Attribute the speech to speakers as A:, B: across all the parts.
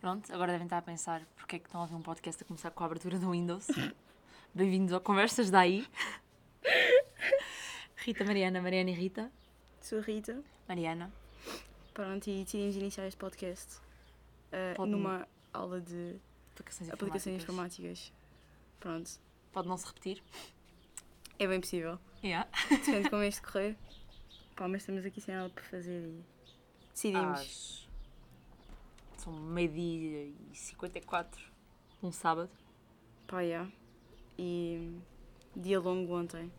A: Pronto, agora devem estar a pensar porque é que estão a ouvir um podcast a começar com a abertura do Windows. Bem-vindos ao Conversas Daí. Rita, Mariana, Mariana e Rita.
B: Sou a Rita.
A: Mariana,
B: Pronto, e decidimos iniciar este podcast ah,
A: Pode-
B: numa aula de
A: aplicações
B: aplicações
A: informáticas.
B: informáticas. Pronto,
A: Pode não se repetir.
B: é bem possível.
A: Yeah.
B: Depende como este correr. Pá, mas estamos aqui sem nada para fazer e decidimos.
A: Às... São um meio-dia e 54 de um sábado. Ah,
B: Pá, yeah. E dia longo ontem.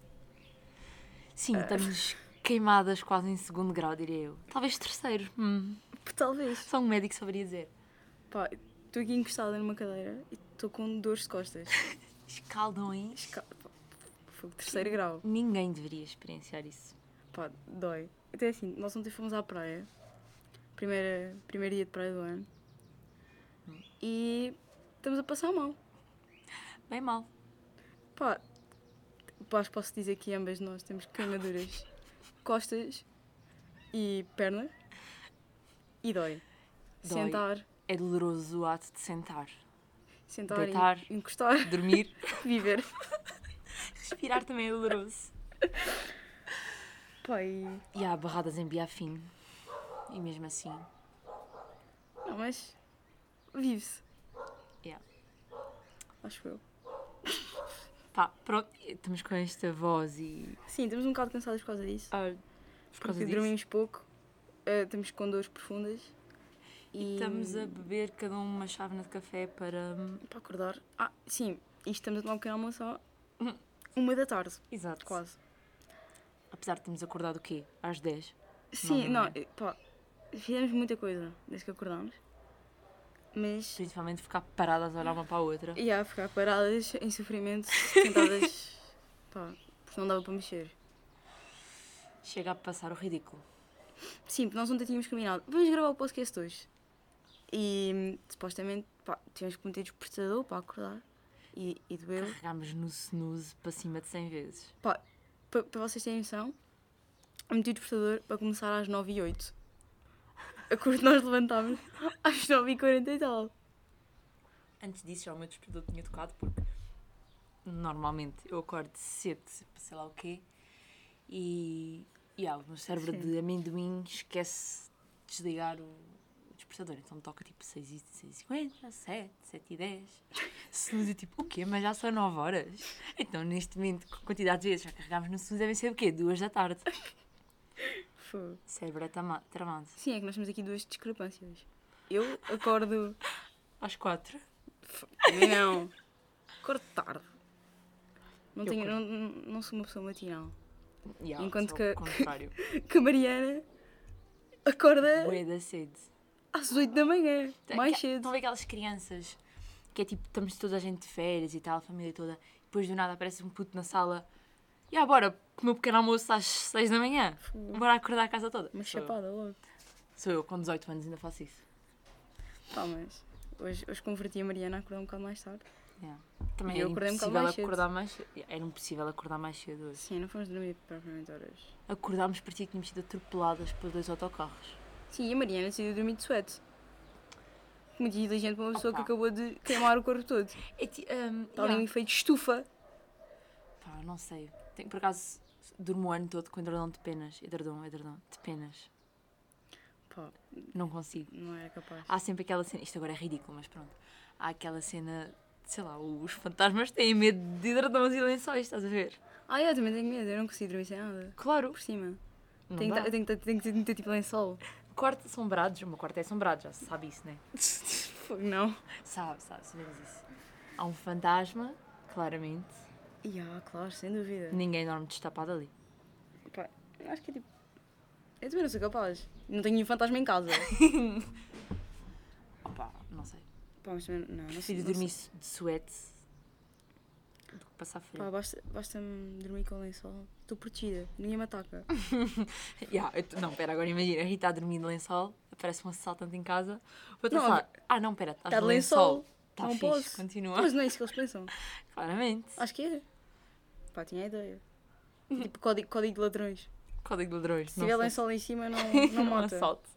A: Sim, estamos Ah. queimadas quase em segundo grau, diria eu. Talvez terceiro. Hum.
B: Talvez.
A: Só um médico saberia dizer.
B: Pá, estou aqui encostada numa cadeira e estou com dores de costas.
A: Escaldões.
B: Ca- pá, Fogo, terceiro grau.
A: Ninguém deveria experienciar isso.
B: Pá, dói. Até assim, nós ontem fomos à praia. Primeira, primeiro dia de praia do ano. E estamos a passar mal.
A: Bem mal.
B: Pá, pá, acho que posso dizer que ambas nós temos queimaduras. Costas e perna. E dói.
A: Dói.
B: Sentar.
A: É doloroso o ato de sentar,
B: Sentar
A: Deitar.
B: e encostar.
A: dormir,
B: Viver.
A: respirar também é doloroso.
B: Pá, e...
A: E há barradas em Biafim. E mesmo assim,
B: Não, mas... Vive-se.
A: Yeah.
B: Acho eu.
A: pá, pronto, estamos com esta voz e.
B: Sim, estamos um bocado cansados por causa disso.
A: Ah, por causa
B: Porque
A: disso.
B: dormimos pouco, eh, estamos com dores profundas e,
A: Estamos a beber cada um uma chávena de café para. hum,
B: para acordar. Ah, sim, e estamos a tomar um pequeno almoço só uma da tarde,
A: Exato.
B: quase.
A: Apesar de termos acordado o quê? Às 10.
B: Sim,
A: não
B: não,
A: é?
B: eh, pá, fizemos muita coisa desde que acordámos, mas
A: Principalmente ficar paradas a olhar uma para a outra.
B: ia ficar paradas em sofrimento, sentadas, pá, porque não dava para mexer.
A: Chega a passar o ridículo.
B: Sim, porque nós ontem tínhamos combinado, vamos gravar o podcast hoje. E supostamente, pá, tínhamos que meter despertador para acordar e, um e doeu.
A: Carregámos no snooze para cima de 100 vezes.
B: Pá, para vocês terem noção, eu meti o despertador para começar às 9 e 08 A cor que nós levantámos às 9 e 40 e tal.
A: Antes disso, já o meu despertador tinha tocado, porque normalmente eu acordo cedo, sei lá o quê, e, e ah, o meu cérebro
B: Sim.
A: de amendoim esquece de desligar o, o despertador. Então me toca tipo 6 e 50 7, 7 e 10. Snooze, eu, tipo, o quê? Mas já são 9 horas? Então, neste momento, com a quantidade de vezes que já carregámos no snooze, devem ser o quê? 2 da tarde.
B: Fogo.
A: O cérebro é tama- tramado.
B: Sim, é que nós temos aqui duas discrepâncias. Eu acordo.
A: Às 4.
B: Não! Acordo tarde. Não,
A: Eu
B: tenho, não,
A: acordo.
B: não sou uma pessoa matinal.
A: Yeah,
B: Enquanto
A: sou
B: que-
A: ah, o contrário.
B: Que a Mariana acorda
A: Bué da sede.
B: às 8 da manhã, mais
A: Aque- Estão
B: cedo.
A: a Então, ver aquelas crianças que é tipo, estamos toda a gente de férias e tal, a família toda, e depois do nada aparece um puto na sala e ah, bora comer um pequeno almoço às 6 da manhã. Bora acordar a casa toda.
B: Uma
A: sou, eu.
B: chapada logo.
A: Sou eu, com 18 anos ainda faço isso.
B: Pá, mas hoje, hoje converti a Mariana a acordar um bocado mais tarde.
A: Yeah. Também
B: E eu
A: era
B: acordei um
A: impossível
B: bocado mais cedo.
A: acordar mais cedo. Era impossível acordar mais cedo hoje.
B: Sim, não fomos dormir propriamente horas.
A: Acordámos, parecia que tínhamos sido atropeladas por dois autocarros.
B: Sim, e a Mariana decidiu dormir de suéte. Muito inteligente para uma pessoa
A: Opa.
B: que acabou de queimar o corpo todo. Está
A: É ti- ahm,
B: ali um
A: yeah.
B: efeito estufa.
A: Pá, não sei. Tenho, por acaso, durmo o ano todo com edredom de penas. Edredom, edredom, de penas.
B: Pá,
A: Não consigo.
B: não era capaz.
A: Há sempre aquela cena, isto agora é ridículo, mas pronto. Há aquela cena, sei lá, os fantasmas têm medo de hidratões e lençóis, estás a ver?
B: Ah, eu também tenho medo, eu não consigo dormir sem nada.
A: Claro.
B: Por cima.
A: Não
B: Tenho que
A: dá.
B: tá- eu tenho que tá- tenho que ter tipo lençol.
A: Quarto assombrados, o meu quarto é assombrado, já se sabe isso, né?
B: Fogo, não.
A: Sabe, sabe, sabemos isso. Há um fantasma, claramente.
B: E ah, claro, sem dúvida.
A: Ninguém dorme destapado ali.
B: Pá, eu acho que é tipo. Eu também não sou capaz. Não tenho nenhum fantasma em casa.
A: Opa, não sei.
B: Pá, mas também. Não, não sei.
A: Prefiro
B: não
A: dormir de suéte do que passar
B: sei.
A: frio.
B: Pá, basta- basta-me dormir com lençol. Estou protegida, ninguém me ataca.
A: Ya, eu t- não, pera, agora imagina, a Rita a dormir de lençol, aparece um assaltante em casa, vou
B: Não,
A: falar, ah não, pera, estás
B: Tá
A: de lençol, está
B: não
A: fixe,
B: posso.
A: continua,
B: Mas não é isso que eles pensam.
A: claramente,
B: Acho que era. Pá, tinha a ideia. Tipo código, código de ladrões.
A: código de ladrões,
B: Se tiver
A: sei. É um
B: lençol em cima, não, não
A: não
B: mata.
A: assalto,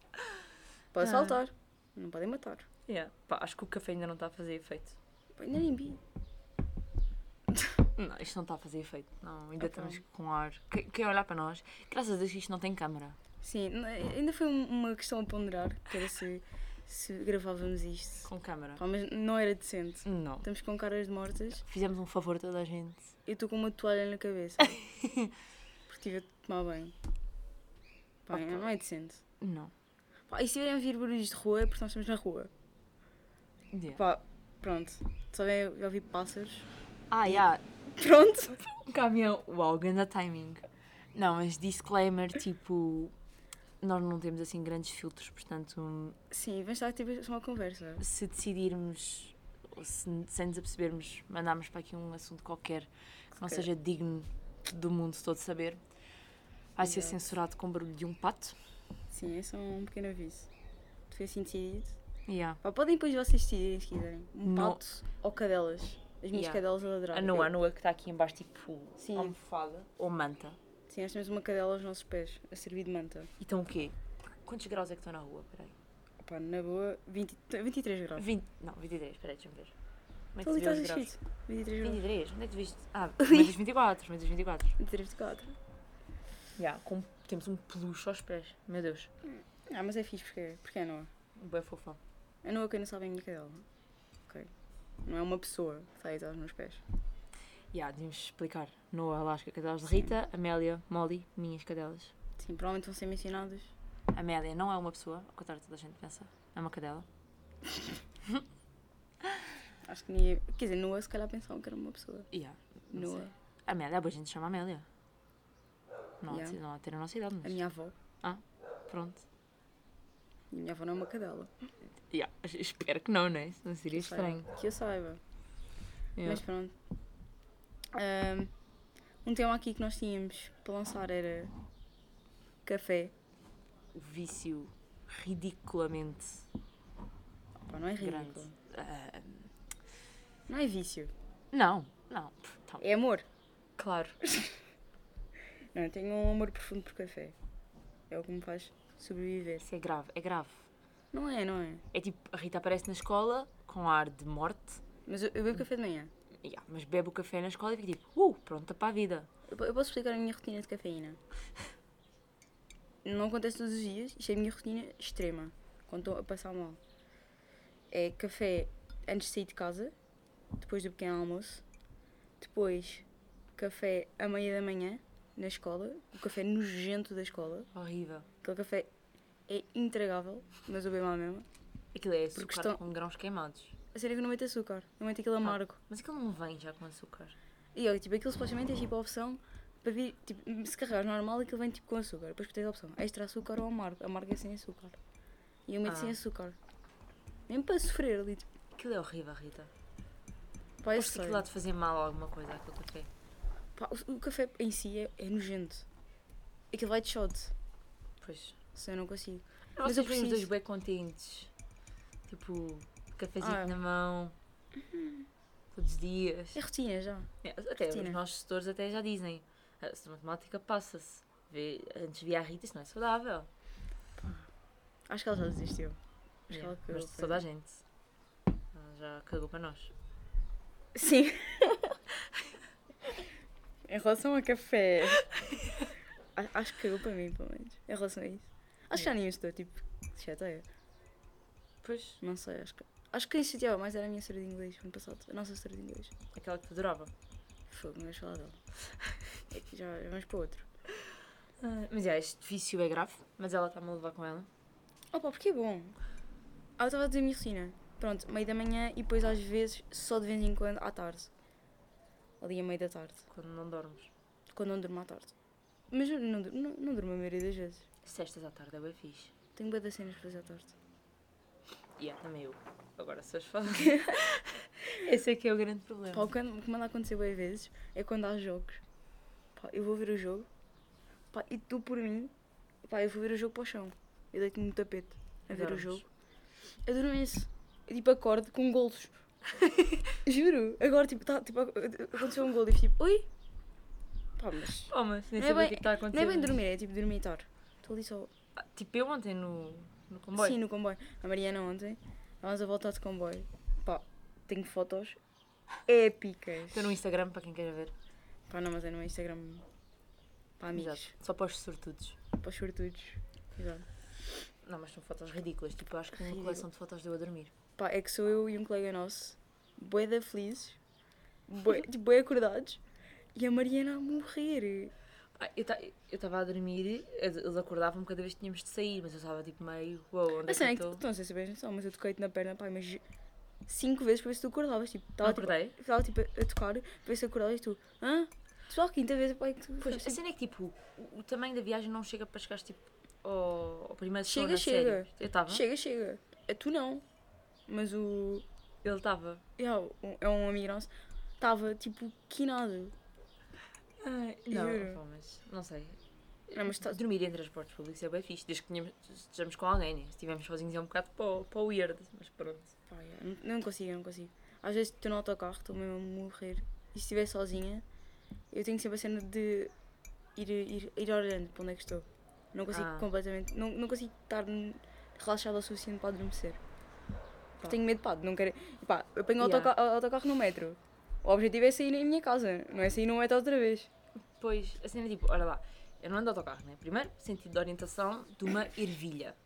B: Pode
A: Ah.
B: saltar. Não podem matar.
A: Yeah. Pá, acho que o café ainda não está a fazer efeito.
B: Pô, ainda nem vi.
A: Não, isto não está a fazer efeito. Não, ainda
B: Ah, pá.
A: estamos com ar. Que- Quem olhar para nós, graças a Deus que isto não tem câmara.
B: Sim, n- ainda foi um- uma questão a ponderar, que era se, se gravávamos isto.
A: Com câmara.
B: Pá, mas não era decente.
A: Não.
B: Estamos com caras de mortas.
A: Fizemos um favor a toda a gente.
B: Eu estou com uma toalha na cabeça. Porque tive a tomar banho. Pá,
A: Opa.
B: não é decente.
A: Não.
B: Pá, e se tiverem a ouvir barulhos de rua é porque nós estamos na rua.
A: Yeah.
B: Pá, pronto. Só vem eu ouvir pássaros.
A: Ah, yeah.
B: Pronto.
A: Um caminhão. Uau, grande timing. Não, mas disclaimer, tipo... Nós não temos, assim, grandes filtros, portanto...
B: Sim, vamos estar tipo só uma conversa.
A: se decidirmos, ou se, sem nos apercebermos, mandarmos para aqui um assunto qualquer que não
B: Qualquer.
A: seja digno do mundo todo saber, vai ser
B: Exato.
A: censurado com o barulho de um pato.
B: Sim, é só um pequeno aviso. Foi assim decidido.
A: Yeah.
B: Pá, podem depois vocês decidirem se quiserem. Um
A: No-
B: pato ou cadelas. As minhas
A: Yeah. Ah,
B: cadelas a ladrar.
A: A Noa, a Noa que está aqui embaixo, tipo,
B: Sim.
A: almofada ou manta.
B: Sim, nós temos uma cadela aos nossos pés, a servir de manta.
A: E estão o quê? Quantos graus é que estão na rua? Peraí.
B: Pá, na boa, 20, 23 graus.
A: 20, não, 23, peraí, deixa-me ver. Como é
B: Está ali, tá
A: se vê
B: está
A: os graus?
B: escrito. 23 graus.
A: 23, onde é que tu viste? Ah, menos 24, menos 24.
B: 23 de quadro.
A: Yeah, com, temos um peluche aos pés, meu Deus,
B: Ah, mas é fixe porque, porque é a Noa.
A: bem fofão.
B: A Noa que não sabe a minha cadela. Ok. Não é uma pessoa que está aí aos meus pés.
A: Ya, devíamos explicar. Noa, Alasca, cadelas de Rita, Amélia, Molly, minhas cadelas.
B: Sim, provavelmente vão ser mencionados.
A: Amélia não é uma pessoa, ao contrário de toda a gente pensa. É uma cadela.
B: Acho que ninguém. Quer dizer, Noa se calhar pensavam que era uma pessoa.
A: Ya, não
B: Noa.
A: sei. Amélia, a boa gente chama Amélia. Não,
B: é. Ya.
A: há de- não há de ter a nossa idade,
B: A
A: mas
B: minha avó.
A: pronto.
B: E a minha avó não é uma cadela.
A: Ya, es- espero que não, não é? Senão seria
B: Que eu saiba.
A: estranho.
B: Que eu saiba.
A: Ya.
B: Mas pronto. Ahm, Um, tema aqui que nós tínhamos para lançar era café.
A: O vício ridiculamente
B: Pá, não é ridículo.
A: grande. Ah,
B: Não é vício.
A: não, não. pff, tá bom.
B: É amor.
A: Claro.
B: Não, eu tenho um amor profundo por café. É o que me faz sobreviver.
A: Isso é grave, é grave.
B: Não é, não é?
A: É tipo, a Rita aparece na escola com ar de morte,
B: Mas eu, eu bebo café de manhã.
A: ya, mas bebe o café na escola e fica tipo, uh, pronta para a vida.
B: Eu, po- eu posso explicar a minha rotina de cafeína. Não acontece todos os dias, isto é a minha rotina extrema, quando estou a passar mal. É café antes de sair de casa, depois do pequeno almoço, depois café à meia da manhã, na escola, o café nojento da escola,
A: Horrível.
B: aquele café é intragável, mas eu bebo à mesma.
A: Aquilo é açúcar
B: Porque estão-
A: com grãos queimados.
B: A sério que eu não meto açúcar, eu meto aquele amargo.
A: Mas aquilo não vem já com açúcar.
B: E olha, tipo, aquilo supostamente é tipo a opção para vir, tipo, se carregares normal, aquilo vem tipo com açúcar. Depois que tens a opção, extra açúcar ou amargo. Amargo é sem açúcar. E eu meto
A: Ah.
B: sem açúcar. Mesmo para sofrer ali, tipo,
A: Aquilo é horrível, Rita.
B: pá, eu
A: Acho que
B: sei.
A: aquilo há de fazer mal a alguma coisa, aquele café.
B: Pá, o, o café em si é, é nojento. Aquilo vai de shot,
A: Pois.
B: se eu não consigo.
A: Mas
B: Mas
A: eu
B: eu é
A: preciso dois
B: preciso-
A: bem contentes. Tipo, cafezinho
B: Ah.
A: na mão. Todos os dias.
B: É rotina já.
A: É, até os
B: Cristina.
A: nossos setores até já dizem. Ah, A sua matemática passa-se. Vê- Antes via a Rita, isso não é saudável.
B: Acho que ela já desistiu. Acho que
A: É,
B: ela cagou
A: mas de
B: para
A: toda a
B: ela.
A: gente. Ela Já cagou para nós.
B: Sim. em relação a café. a- acho que cagou para mim, pelo menos. Em relação a isso. Acho que já nem estou, tipo, chateia.
A: Pois.
B: Não sei, acho que. Acho que quem se chateava mais era a minha história de inglês, ano passado. A nossa história de inglês.
A: Aquela que tu adorava.
B: Fogo, não vais falar dela. É que já, já vamos para outro.
A: Ah, Mas é, este vício é grave. Mas ela está-me a levar com ela.
B: Opa, porque é bom. Ah, eu estava a dizer a minha rotina. Pronto, meio da manhã e depois às vezes, só de vez em quando, à tarde. Ali a meio da tarde.
A: Quando não dormes.
B: Quando não durmo à tarde. Mas eu não, dur- não, não durmo a maioria das vezes.
A: Sextas à tarde é bem fixe.
B: Tenho bué de cenas para fazer à tarde.
A: E yeah, também eu. Agora se as falam. Esse é que é o grande problema.
B: Pá, o que and- o que manda acontecer bem vezes é quando há jogos. Pá, eu vou ver o jogo pá, e tu por mim, pá, eu vou ver o jogo para o chão. Eu deito-me no tapete a ver o
A: Dormes.
B: jogo. Eu adormeço. Eu tipo acordo com golos. Juro. Agora tipo, tá, tipo, ac- aconteceu um gol e eu tipo, oi? Pá, mas.
A: Oh, mas nem
B: Não é
A: sabia o
B: bem-
A: que está a acontecer. né?
B: Não é bem dormir, é tipo dormitar. Estou ali só
A: Ah, Tipo eu ontem no, no comboio.
B: Sim, no comboio. A Mariana ontem Nós a voltar de comboio. Pá, tenho fotos épicas.
A: Estou no Instagram para quem queira ver.
B: Pá, não, mas é no Instagram. Para amigos.
A: Exato. Só para os sortudos.
B: Para os sortudos. Exato.
A: Não, mas são fotos ridículas. Tipo, eu acho que tenho uma
B: Ridículo.
A: coleção de fotos de eu a dormir.
B: Pá, é que sou eu e um colega nosso, bué da felizes, bué, tipo, bué acordados, e a Mariana a morrer.
A: Ah, eu ta- eu estava a dormir, eles acordavam-me cada vez que tínhamos de sair, mas eu estava tipo meio, uou, onde é
B: A
A: que eu
B: cena é que tu
A: estou?
B: tu não sei se bem noção, mas eu toquei-te na perna, pá, mas cinco vezes para ver se tu acordavas. Tipo,
A: Não
B: estava tipo,
A: acordei?
B: tava, tipo, a tocar para ver se acordavas e tu, hã? Só a quinta vez, pá, é que tu.
A: Pois,
B: ficaste,
A: a cena é que tipo, o, o tamanho da viagem não chega para chegares tipo ao, ao primeiro
B: Chega,
A: sono a sério.
B: chega.
A: Eu estava?
B: tipo, Chega, chega. A tu não. Mas o.
A: Ele estava.
B: é um- é um amigo nosso, estava tipo quinado.
A: Não,
B: juro.
A: pá, mas não sei.
B: Não, mas tá-
A: Dormir em transportes públicos é bem fixe, desde que tenhamos- estejamos com alguém, né? Se estivermos sozinhos é um bocado para o, para o weird, mas pronto.
B: Pá, yeah, não- Não consigo, não consigo. Às vezes estou no autocarro, estou mesmo a morrer. E se estiver sozinha, eu tenho sempre a cena de ir, ir, ir olhando para onde é que estou. Não consigo
A: Ah.
B: completamente. Não, não consigo estar relaxada o suficiente para adormecer. Porque tenho medo, pá, de não quero. Pá, eu ponho o
A: Yeah.
B: autoca- o autocarro no metro. O objetivo é sair em minha casa, não é sair no metro outra vez.
A: Pois, a cena é tipo, olha lá, eu não ando de autocarro, né? Primeiro, sentido de orientação de uma ervilha.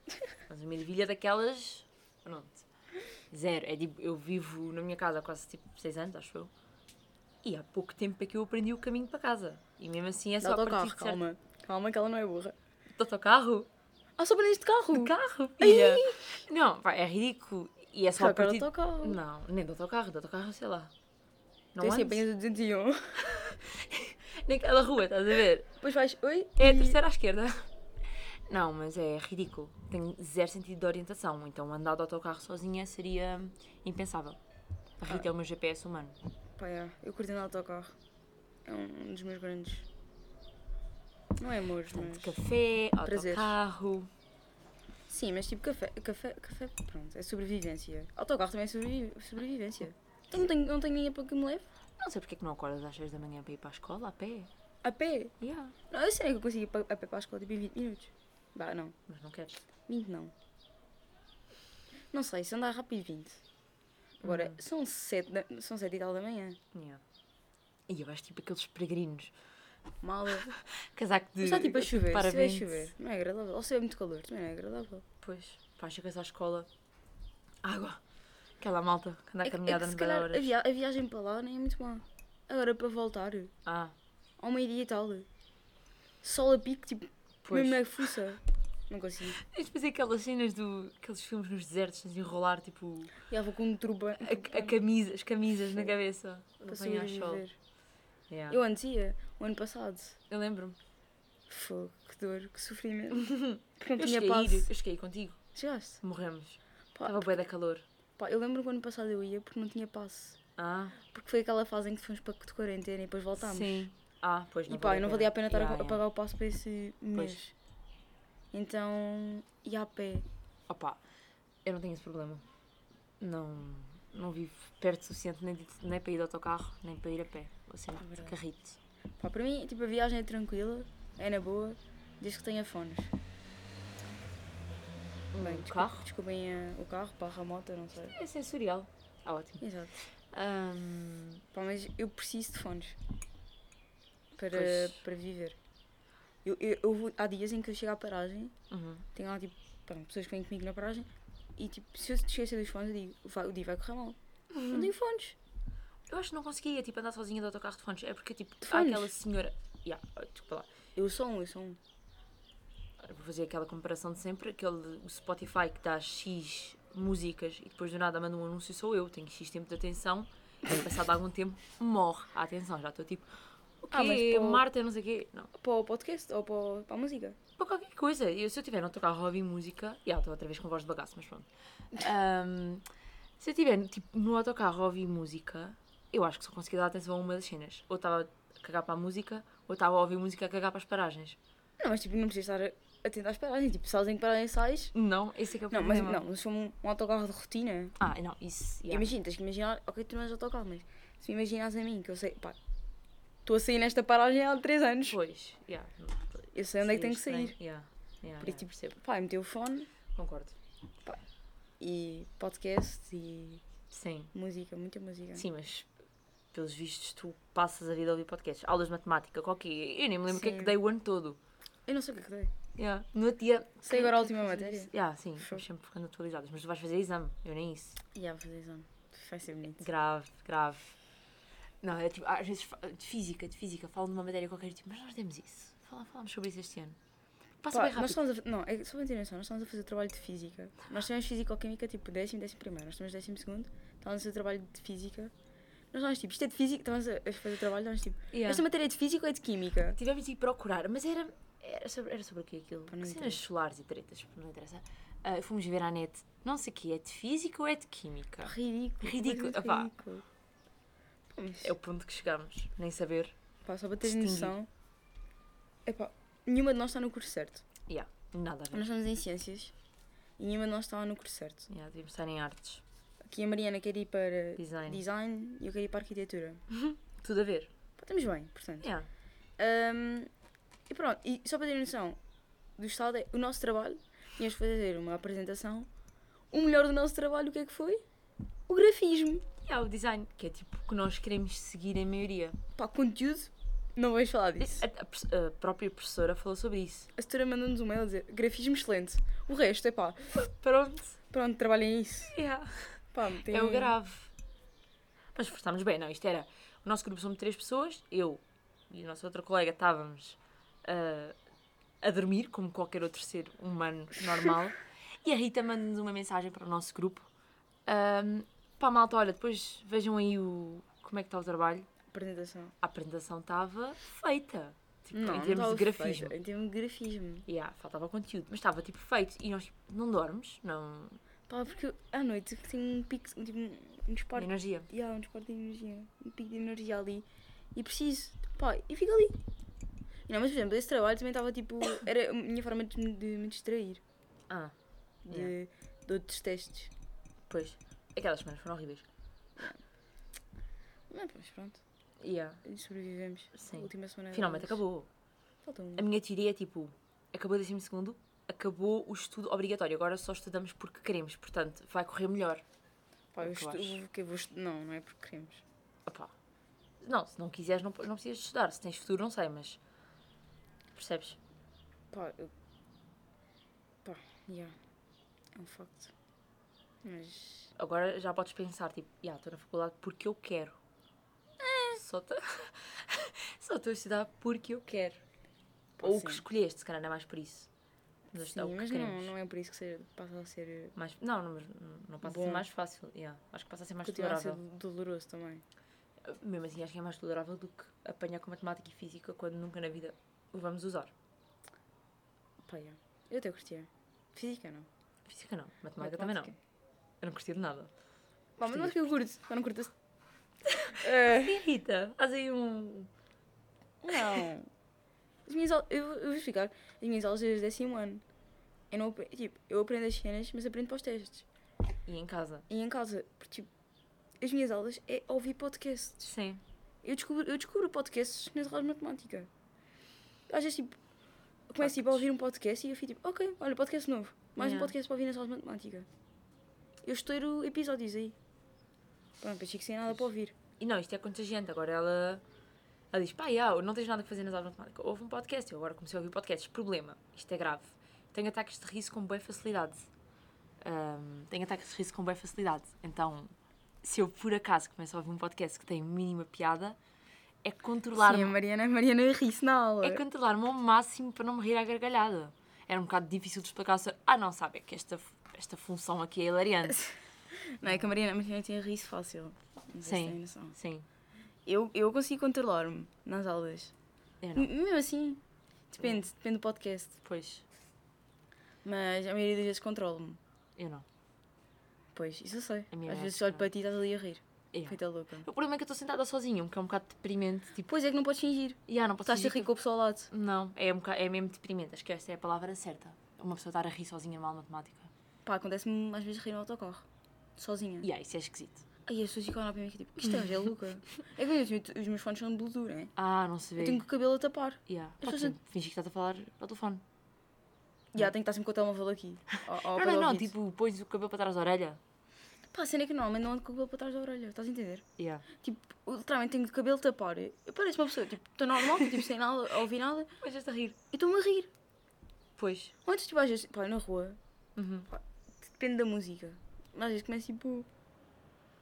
A: Mas uma ervilha daquelas. Pronto. Zero. É tipo, eu vivo na minha casa há quase tipo 6 anos, acho eu. E há pouco tempo é que eu aprendi o caminho para casa. E mesmo assim é
B: De
A: só a
B: autocarro,
A: partir de certo...
B: calma. Calma, que ela não é burra.
A: De autocarro?
B: Ah, só para este carro!
A: De carro, filha! Não, pá, é ridículo. E é só
B: Só
A: a
B: para
A: partir...
B: o autocarro.
A: Não, nem de autocarro. De autocarro, sei lá. Não
B: Tem
A: ando.
B: sempre apanhas o 201.
A: Naquela rua, estás a ver?
B: Depois vais, oi?
A: É a
B: e-
A: terceira à esquerda. Não, mas é ridículo. Tenho zero sentido de orientação. Então andar de autocarro sozinha seria impensável. A Rita é o meu GPS humano.
B: Pá, é, eu curti andar de autocarro. É um dos meus grandes. Não é amores, mas.
A: Portanto, café,
B: Prazeres.
A: autocarro.
B: Sim, mas tipo café, café, café, pronto, é sobrevivência. Autocarro também é sobrevi- sobrevivência. Então não tenho, não tenho ninguém para que me leve.
A: Não sei porque é que não acordas às 6 da manhã para ir para a escola a pé.
B: A pé.
A: Yeah.
B: Não, eu sei que eu consigo ir pa- a pé para a escola tipo em 20 minutos. Bah, não.
A: Mas não queres.
B: 20 não. Não sei, se andar rápido 20. Agora,
A: Hum.
B: são 7 da, são sete e tal da manhã.
A: Yeah. E eu acho tipo aqueles peregrinos.
B: Mala.
A: Casaco de.
B: Mas está tipo a chover.
A: para
B: Se vai
A: vento.
B: chover, não é agradável. Ou se é muito calor, também não é agradável.
A: Pois. Pá, chegas à escola. Água. Aquela malta que anda a
B: É que- é
A: caminhada
B: que se
A: no
B: calhar
A: horas.
B: A, via- a viagem para lá nem é muito má. Agora para voltar,
A: Ah,
B: ao meio-dia e tal, sol a pique, tipo,
A: Pois.
B: mesmo na fuça. Não consigo.
A: Tens de fazer aquelas cenas do. aqueles filmes nos desertos, tens de enrolar tipo.
B: Já vou com um turban
A: a, a camisa, as camisas na cabeça. Para
B: para
A: apanhar sol.
B: sobreviver.
A: Yeah.
B: Eu antes ia, o ano passado.
A: Eu lembro-me.
B: Fogo, que dor, que sofrimento. Porque não
A: Eu
B: tinha
A: cheguei, a
B: passe.
A: ir, eu cheguei contigo.
B: Chegaste?
A: Morremos.
B: Pá,
A: Estava bué da calor.
B: pá, eu lembro que o ano passado eu ia porque não tinha passe.
A: Ah,
B: Porque foi aquela fase em que fomos para de quarentena e depois voltámos.
A: sim. Ah, pois não.
B: E pá, eu não valia a pena estar
A: Yeah,
B: a, a pagar o passo para esse mês. Então, ia a pé.
A: yeah. Opa, eu não tenho esse problema. Não. Não vivo perto o suficiente nem, de- nem para ir de autocarro, nem para ir a pé. Ou seja, de
B: É verdade.
A: carrito.
B: Pá, para mim, tipo, a viagem é tranquila, é na boa, desde que tenha fones. Bem,
A: Um
B: desculpe-
A: carro
B: Desculpem eh, o carro, barra a moto, não sei.
A: é sensorial. Ah, ótimo.
B: Exato.
A: Ahm,
B: Pá, mas eu preciso de fones para,
A: Pois.
B: para viver. Eu, eu, eu vou- há dias em que eu chego à paragem,
A: uhum.
B: tenho lá, tipo, pronto, pessoas que vêm comigo na paragem, e tipo, se eu esquecer dos fones, eu digo, vai, o dia vai correr mal. Não tenho fones.
A: Eu acho que não conseguia, tipo, andar sozinha de autocarro de fones. É porque, tipo,
B: De
A: há
B: fones?
A: aquela senhora... Ya, oh, desculpa lá.
B: Eu sou um, eu sou um.
A: Eu Vou fazer aquela comparação de sempre, aquele o Spotify que dá X músicas e depois do nada manda um anúncio, sou eu. Tenho X tempo de atenção e passado algum tempo morre a atenção. Já estou tipo, o quê?
B: Ah, mas pô-
A: Marta, não sei o quê. Não,
B: Para o podcast ou para, o- para a música.
A: para qualquer coisa. Eu, se eu tiver no autocarro a ouvir música... Ya, estou outra vez com voz de bagaço, mas pronto. Ahm, se eu tiver, tipo, no autocarro a ouvir música, eu acho que só consegui dar atenção a uma das cenas. Ou estava a cagar para a música, ou estava a ouvir música a cagar para as paragens.
B: Não, mas tipo, não precisas estar a- atento às paragens. Tipo, sabes em que paragem sais,
A: Não, esse é que é o
B: Não, mas
A: problema.
B: não, mas se for um, um autocarro de rotina.
A: Ah, não, isso. yeah.
B: Imagina, tens que imaginar, ok, tu não és autocarro, mas se me imaginas a mim, que eu sei, pá, estou a sair nesta paragem há 3 anos.
A: Pois, yeah.
B: Eu sei onde é que tenho que
A: Seria
B: sair. tipo-
A: estranho, Yeah. Yeah,
B: Por isso,
A: yeah, percebo,
B: Pá, eu meti o fone
A: concordo.
B: e e podcasts e
A: Sim.
B: música, muita música.
A: Sim, mas pelos vistos tu passas a vida a ouvir podcasts. Aulas de matemática, qualquer. Eu nem me lembro o que é que
B: Sim.
A: dei o ano todo.
B: Eu não sei o que é que dei.
A: Yeah. No outro dia.
B: Sei agora a
A: é
B: última matéria.
A: Yeah, sim,
B: Fogo.
A: mas sempre ficando atualizadas. Mas tu vais fazer exame, eu nem isso.
B: E yeah, vou fazer exame. Vai ser bonito.
A: Grave, grave. Não, é tipo, às vezes fa- de física, de física, falam de uma matéria qualquer tipo, mas nós temos isso. Fala- Falámos sobre isso este ano. Passa
B: Pá,
A: Ah, bem
B: nós
A: rápido.
B: estamos a, fa- não, é, que só para terem noção, nós estamos a fazer trabalho de física. Nós tivemos físico-química tipo décimo, décimo primeiro. Nós estamos décimo segundo, estávamos a fazer trabalho de física. Nós estávamos tipo, isto é de física, estávamos a a fazer trabalho, nós tipo,
A: Yeah.
B: esta matéria é de física ou é de química?
A: Tivemos de ir procurar, mas era, era, sobre, era sobre o que aquilo?
B: não
A: Que cenas solares e tretas, pá, não interessa. Ah, fomos ver à net, não sei o que, é de física ou é de química?
B: Ridículo.
A: Ridículo,
B: completamente
A: opá.
B: ridículo. Pá, mas-
A: É o ponto que chegamos, nem saber.
B: Pá, só para terem
A: Distinguir.
B: noção, epá, nenhuma de nós está no curso certo.
A: Yeah, nada a
B: Nós
A: ver.
B: estamos em ciências e nenhuma de nós está no curso certo.
A: Yeah, devíamos estar em artes,
B: Aqui a Mariana quer ir para
A: design,
B: design e eu quero ir para arquitetura.
A: tudo a ver.
B: Pá, estamos bem, portanto.
A: Yeah.
B: Ahm, e pronto, e só para terem noção do estado, é- o nosso trabalho, íamos fazer uma apresentação. O melhor do nosso trabalho, o que é que foi? O grafismo.
A: E há o design, que é tipo o que nós queremos seguir em maioria.
B: Pá, conteúdo, não vais falar disso.
A: A, a pers- a própria professora falou sobre isso.
B: A senhora mandou-nos um mail a dizer grafismo excelente. O resto, é pá,
A: Pronto.
B: pronto, trabalhem isso.
A: Yeah.
B: Pá, tem...
A: É o grave. Mas esforçámos bem, não? Isto era. O nosso grupo somos três pessoas, eu e o nosso outro colega estávamos ah, a dormir, como qualquer outro ser humano normal. e a Rita manda-nos uma mensagem para o nosso grupo: um, Pá, malta, olha, depois vejam aí o, como é que está o trabalho.
B: Apresentação.
A: A apresentação estava feita. Tipo,
B: Não,
A: em
B: não
A: termos
B: estava
A: de grafismo.
B: feita, Em termos de grafismo.
A: Yeah, faltava conteúdo, mas estava tipo feito. E nós, tipo, não dormes, não.
B: Pá, porque eu, à noite tem um pico, um, tipo, um disparo.
A: Energia.
B: Yeah, um disparo de energia. Um pico de energia ali. E preciso. Pá, e fica ali. E não, mas por exemplo, esse trabalho também estava tipo. Era a minha forma de, me- de me distrair.
A: Ah,
B: De, de outros testes.
A: pois. Aquelas semanas foram horríveis.
B: Mas pois, pronto.
A: Yeah.
B: Sobrevivemos.
A: Sim.
B: A última semana. era
A: Finalmente
B: delas.
A: acabou.
B: Falta um.
A: A minha teoria é tipo, acabou o décimo segundo, acabou o estudo obrigatório, agora só estudamos porque queremos, portanto, vai correr melhor.
B: Pá, eu
A: o que eu
B: estu-
A: acho.
B: o que eu vou estu- Não, não é porque queremos.
A: Opá. Não, se não quiseres não, não precisas de estudar, se tens futuro não sei, mas percebes?
B: Pá, eu... Pá, yeah. É um facto. Mas...
A: Agora já podes pensar, tipo, já estou na faculdade porque eu quero.
B: É.
A: Só estou só estou a estudar porque eu quero.
B: Pá,
A: Ou o que
B: sim.
A: escolheste, se calhar não é mais por isso. Mas é o
B: Sim,
A: que
B: mas não,
A: queremos.
B: não é por isso que seja, passa a ser...
A: Mais, não, não, mas não- não passa a ser
B: Bom.
A: mais fácil. yeah. Acho que passa a ser mais
B: Continua a ser
A: tolerável.
B: doloroso também.
A: Mesmo assim, acho que é mais tolerável do que apanhar com matemática e física quando nunca na vida o vamos usar.
B: Pá, yeah. Eu até curtia. Física não.
A: Física não, matemática, também não. Eu não curti de nada.
B: Pá, mas não é que eu curto. Eu não curto... assim. a-
A: E a Rita, faz aí um.
B: Não. Eh, As minhas aulas... Eu, eu vou explicar. As minhas aulas desde décimo ano. Eu não... apre- Tipo, eu aprendo as cenas, mas aprendo para os testes.
A: E em casa?
B: E em casa, porque, tipo... As minhas aulas é ouvir podcasts.
A: Sim.
B: Eu descubro, eu descubro podcasts nas aulas de matemática. Às vezes, tipo, começo tipo, a ouvir um podcast e eu fico tipo, ok, olha, podcast novo. Mais
A: Yeah.
B: um podcast para ouvir nas aulas de matemática. Eu estouro episódios aí. Pronto, depois fico sem nada para ouvir.
A: E não, isto é contagiante. Agora ela. Ela diz: pá, já, não tens nada a fazer nas aulas de matemática. Houve um podcast, eu agora comecei a ouvir podcasts. Problema, isto é grave. Tenho ataques de riso com boa facilidade. Ahm, tenho ataques de riso com boa facilidade. Então, se eu por acaso começo a ouvir um podcast que tem mínima piada, é controlar-me
B: Sim, a Mariana, a Mariana ri-se na aula.
A: é controlar-me ao máximo para não me rir à gargalhada. Era um bocado difícil de explicar. ao senhor, Ah, não, sabe, é que esta, esta função aqui é hilariante.
B: Não, é que a Mariana, a Mariana tem riso fácil. Não sei se
A: Sim.
B: têm noção.
A: Sim.
B: Eu, eu consigo controlar-me nas aulas.
A: Eu não.
B: M- Mesmo assim, depende, depende do podcast.
A: Pois,
B: Mas a maioria das vezes controlo-me.
A: eu não.
B: Pois, isso eu sei.
A: A minha
B: Às
A: é
B: vezes
A: essa.
B: olho para ti e estás ali a rir.
A: Yeah.
B: Feita louca.
A: O problema é que eu estou sentada sozinha, um que é um bocado deprimente. Tipo,
B: Pois é que não podes fingir.
A: yeah, não posso
B: Estás a
A: fingir
B: rir com o pessoal ao lado.
A: que- Não, é, um bocado, é mesmo deprimente. Acho que esta é a palavra certa. Uma pessoa estar a rir sozinha numa aula de matemática.
B: Pá, acontece-me às vezes rir no autocarro. Sozinha.
A: E yeah, isso é esquisito.
B: Aí as pessoas ficam a olhar para mim e tipo, isto é, é louca. é que eu tenho- os meus fones são de Bluetooth, né?
A: Ah, não se
B: Eu
A: vê.
B: tenho o cabelo a tapar.
A: Yeah.
B: As
A: Podes
B: pessoas-
A: sempre fingir que estás a falar ao telefone.
B: Já, tenho que estar sempre com o telemóvel aqui. ao-
A: Não,
B: ao pé do
A: não, não,
B: ouvido.
A: tipo, pões o cabelo para trás da orelha.
B: Pá, a cena é que normalmente não ando com o cabelo para trás da orelha, estás a entender?
A: Yeah.
B: Tipo, eu literalmente tenho o cabelo tapar. Eu pareço uma pessoa, tipo, estou normal, tipo, sem nada, a ouvir nada,
A: Mas já está a rir.
B: e estou-me a rir.
A: Pois.
B: Ou Antes, tipo, às vezes, pá, na rua,
A: Uhum.
B: pá, depende da música. Mas às vezes começo, tipo,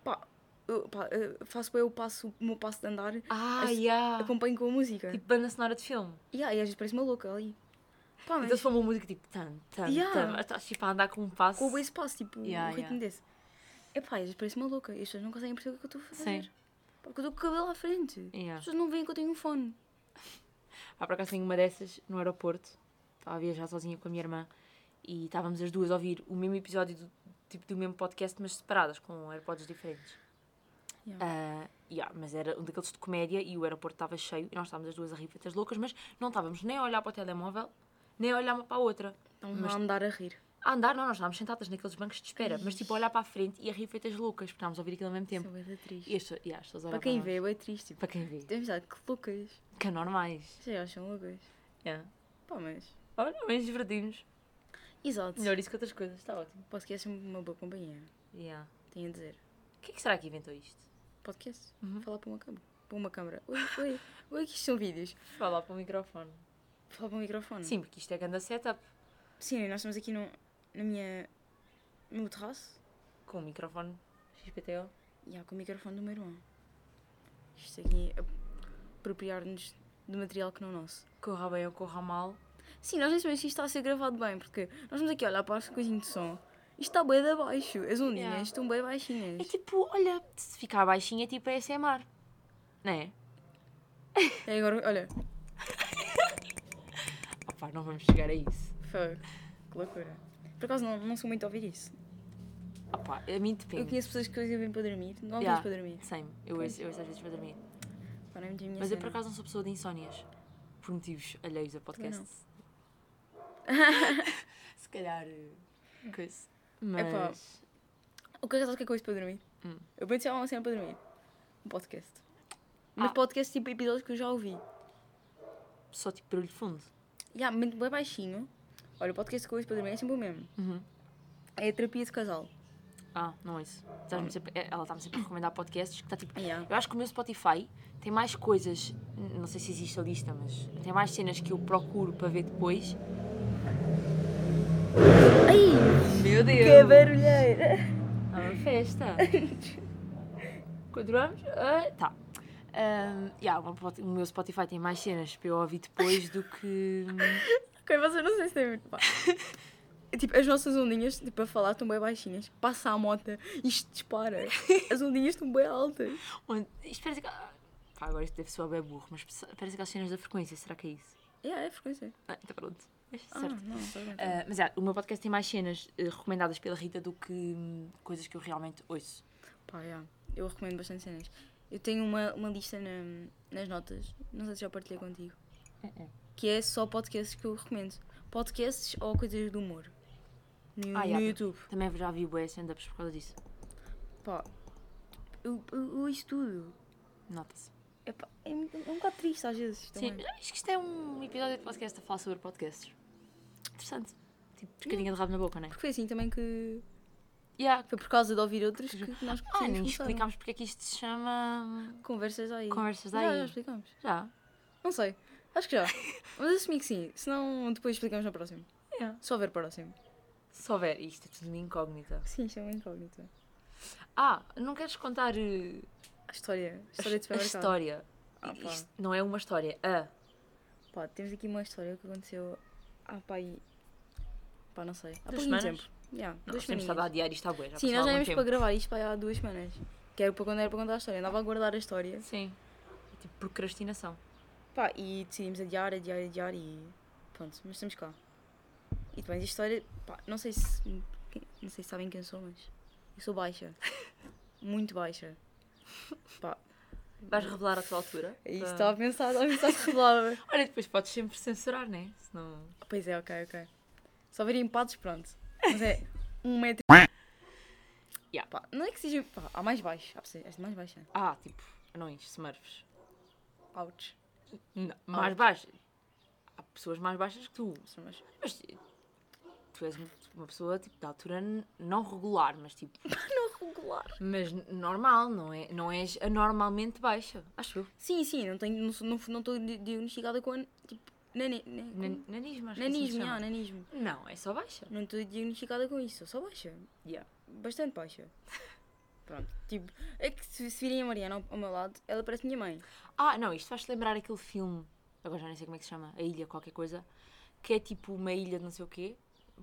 B: pá, eu, pá, eu faço bem o passo, o meu passo de andar,
A: Ah,
B: Esse-
A: yeah.
B: acompanho com a música.
A: Tipo banda sonora de filme.
B: Yeah, e às vezes parece uma louca ali. Pá, mas
A: Então se for uma música tipo tan, tan,
B: Yeah.
A: tan, mas estás tipo a andar com um passo.
B: com o esse passo, tipo,
A: Yeah,
B: o ritmo
A: yeah.
B: desse. É pá, às vezes parece uma louca. E as pessoas não conseguem perceber o que é que eu estou a fazer.
A: Sim.
B: Porque eu estou com o cabelo à frente.
A: Yeah.
B: As pessoas não veem que eu tenho um fone.
A: Há Ah, por acaso tenho uma dessas no aeroporto. Estava a viajar sozinha com a minha irmã e estávamos as duas a ouvir o mesmo episódio do, tipo, do mesmo podcast, mas separadas, com AirPods diferentes.
B: Yeah.
A: Ah, yeah, mas era um daqueles de comédia e o aeroporto estava cheio e nós estávamos as duas a rir feitas loucas, mas não estávamos nem a olhar para o telemóvel, nem a olhar uma para a outra.
B: Estão
A: mas-
B: a andar a rir.
A: A andar, não, nós estávamos sentadas naqueles bancos de espera, mas tipo a olhar para a frente e a rir feitas loucas, porque estávamos a ouvir aquilo ao mesmo tempo.
B: Isso é bué da triste.
A: E as pessoas- yeah, as pessoas olhavam
B: Para quem
A: nós.
B: vê, é triste. Tipo,
A: Para quem vê.
B: temos dado que loucas.
A: Que é normais.
B: Vocês acham loucas?
A: Yeah.
B: Pá, mas.
A: Olha, mas divertimos.
B: Exato.
A: Melhor isso que outras coisas, está ótimo.
B: Podcast é uma boa companhia.
A: Yeah.
B: Tenho a dizer.
A: Quem é que será que inventou isto?
B: Podcast.
A: Uhum.
B: Falar para uma câmera. Para uma câmera. Oi, oi. Oi, que isto são vídeos.
A: Falar para o microfone.
B: Falar para o microfone.
A: Sim, porque isto é grande setup.
B: Sim, nós estamos aqui no, na minha. no meu terraço.
A: Com o microfone XPTO.
B: E há com o microfone do meu irmão. Isto aqui é apropriar-nos de material que não é nosso.
A: Corra bem ou corra mal.
B: Sim, nós nem sabemos se isto está a ser gravado bem, porque nós vamos aqui olhar para as coisinhas de som. Isto está bem de abaixo. As ondinhas
A: Yeah.
B: estão bem
A: É
B: baixinhas.
A: tipo, olha, se ficar baixinho é tipo ASMR. Não é?
B: É agora, olha.
A: Opá, não vamos chegar a isso.
B: Fogo. Que loucura. Por acaso não, não sou muito a ouvir isso.
A: Opá, a mim depende.
B: Eu conheço pessoas que ouvem para dormir. Não ouvem
A: Yeah.
B: para dormir.
A: Same. Eu ouço eu ouço às vezes para dormir.
B: Pá, não é muito a minha
A: Mas eu por
B: cena.
A: acaso não sou pessoa de insónias. Por motivos alheios a podcast. Se calhar. eh, Coisa.
B: Epá.
A: Mas.
B: O que é que sabes o que é que eu ouço para dormir?
A: Hum.
B: Eu pensei uma cena para dormir. Um podcast. Mas
A: Ah.
B: podcast tipo episódios que eu já ouvi.
A: Só tipo barulho de fundo.
B: Já, muito bem baixinho. Olha, o podcast que eu ouço para dormir é sempre o mesmo.
A: Uhum.
B: É a terapia de casal.
A: Ah, não é isso. Estás-me sempre- eh, ela está-me sempre a recomendar podcasts que está tipo.
B: Yeah.
A: Eu acho que o meu Spotify tem mais coisas. n- Não sei se existe a lista, mas tem mais cenas que eu procuro para ver depois.
B: Ai,
A: Meu Deus!
B: que barulheira!
A: É uma festa. Continuamos? Ah, tá. Ahm, yeah, o meu pot- o meu Spotify tem mais cenas para eu ouvir depois do que.
B: Ok, vocês não sei se têm. pá. Tipo, as nossas ondinhas, tipo, a falar estão bem baixinhas. Passa a moto, isto dispara. As ondinhas estão bem altas.
A: Onde... Isto parece que. Pá, agora isto deve soar bem burro, mas parece que há cenas da frequência, será que é isso?
B: É, yeah, é frequência.
A: Ah, tá pronto. Mas,
B: Ah,
A: certo.
B: não, tá bem, tá bem.
A: Ah, mas é, o meu podcast tem mais cenas eh, recomendadas pela Rita do que hum, coisas que eu realmente ouço.
B: Pá, yeah, eu recomendo bastante cenas. Eu tenho uma, uma lista na- nas notas, não sei se já partilhei contigo,
A: Uh-uh.
B: que é só podcasts que eu recomendo. Podcasts ou coisas do humor. No,
A: Ah,
B: no
A: yeah.
B: YouTube.
A: Também já vi bué stand-ups por causa disso.
B: Pá, eu, eu, eu isso tudo.
A: Nota-se.
B: É, pá, é, muito- é um bocado triste às vezes.
A: Sim,
B: Também.
A: acho que isto é um episódio de podcast a falar sobre podcasts. Interessante. Tipo, pescadinha de rabo na boca, não é?
B: Porque foi assim também que.
A: Yeah.
B: Foi por causa de ouvir outros que nós
A: Ah, nem
B: conseguimos começar.
A: explicámos porque é que isto se chama. hum,
B: Conversas aí.
A: Conversas
B: Já,
A: aí.
B: já explicamos.
A: Já.
B: Não sei. Acho que já. Mas assumi que sim. Senão depois explicamos na próxima.
A: Yeah.
B: Só ver próximo.
A: Se houver, isto é tudo uma incógnita.
B: Sim, isto é uma
A: então.
B: incógnita.
A: Ah, não queres contar eh,
B: A história. A
A: a,
B: história de
A: a
B: supermercado.
A: história?
B: Ah, pá.
A: Isto não é uma história. Ah,
B: Pá, temos aqui uma história que aconteceu há pá aí. Pá, não sei. Há
A: Duas
B: pouquinho
A: semanas?
B: tempo. Yeah,
A: não,
B: duas
A: nós temos estado a
B: semanas.
A: adiar isto à boa. Já
B: Sim,
A: passou
B: nós já
A: algum
B: íamos
A: tempo.
B: para gravar isto pá, aí há duas semanas. Que era para quando era para contar a história. Andava a guardar a história.
A: Sim. É tipo procrastinação.
B: Pá, e decidimos adiar, adiar, adiar e pronto, mas estamos cá. E depois a história, pá, não sei se não sei se sabem quem sou, mas eu sou baixa. Muito baixa. Pá,
A: Vais revelar a tua altura?
B: é isso
A: Para-
B: estava a pensar, estava a pensar se revelava.
A: Olha, depois podes sempre censurar, né? Senão.
B: pois é, ok, ok. Só virem empates, pronto. Mas é um metro.
A: Yeah.
B: Pá, não é que seja. Pá, há mais baixo. Há pessoas- esta é mais baixa.
A: Ah, tipo, anões, smurfs.
B: Ouch.
A: Ah. Não, mais baixas. Há pessoas mais baixas que tu.
B: Mas,
A: Mas tu és uma- uma pessoa, tipo, da altura n- não regular, mas tipo,
B: Não regular.
A: mas n- normal, não, é, não és anormalmente baixa, acho eu.
B: Sim, sim, não tenho, não sou- não estou não, estou di- diagnosticada com, an- tipo, nane, nane,
A: Nan- Nanismo, acho que assim se
B: nanismo,
A: chama.
B: ah, nanismo.
A: Não, é só baixa.
B: Não estou diagnosticada com isso, só baixa.
A: Yeah.
B: Bastante baixa. Pronto, tipo, é que se, se virem a Mariana ao, ao meu lado, ela parece minha mãe.
A: Ah, não, isto faz-te lembrar aquele filme, agora já nem sei como é que se chama, A Ilha qualquer coisa, que é tipo uma ilha de não sei o quê,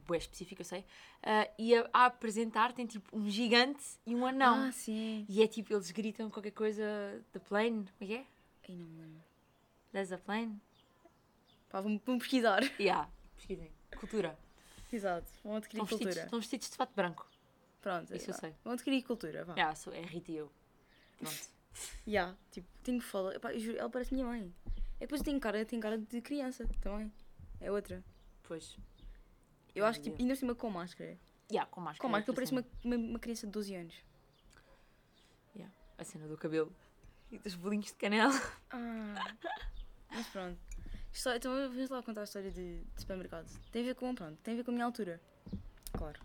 A: bué específico, eu sei, ah, e a, a apresentar tem tipo um gigante e um anão.
B: Ah, sim.
A: E é tipo, eles gritam qualquer coisa, the plane, como é que é?
B: Ai, não me lembro.
A: There's a plane?
B: Pá, vão, vão pesquisar.
A: Yeah, pesquisem. Cultura.
B: Exato, vão adquirir
A: Estão vestidos,
B: cultura.
A: estão vestidos de fato branco.
B: Pronto,
A: Isso eu
B: vá.
A: sei.
B: Vão adquirir cultura, vá.
A: Yeah, sou, é a Rita e eu. Pronto.
B: Ya, tipo, tenho fala. Epá, eu juro, ela parece minha mãe. É que depois tem cara, tem cara de criança também. É outra.
A: Pois.
B: Eu acho que
A: Meu
B: tipo, ainda por cima com máscara.
A: Yeah, com máscara.
B: Com máscara, eu pareço
A: pareço
B: uma, uma, uma criança de 12 anos.
A: Yeah, a cena do cabelo. E dos bolinhos de canela.
B: Ah. Mas pronto. Histó- então vamos lá contar a história de, de supermercado. Tem a ver com, pronto, tem a ver com a minha altura. Claro.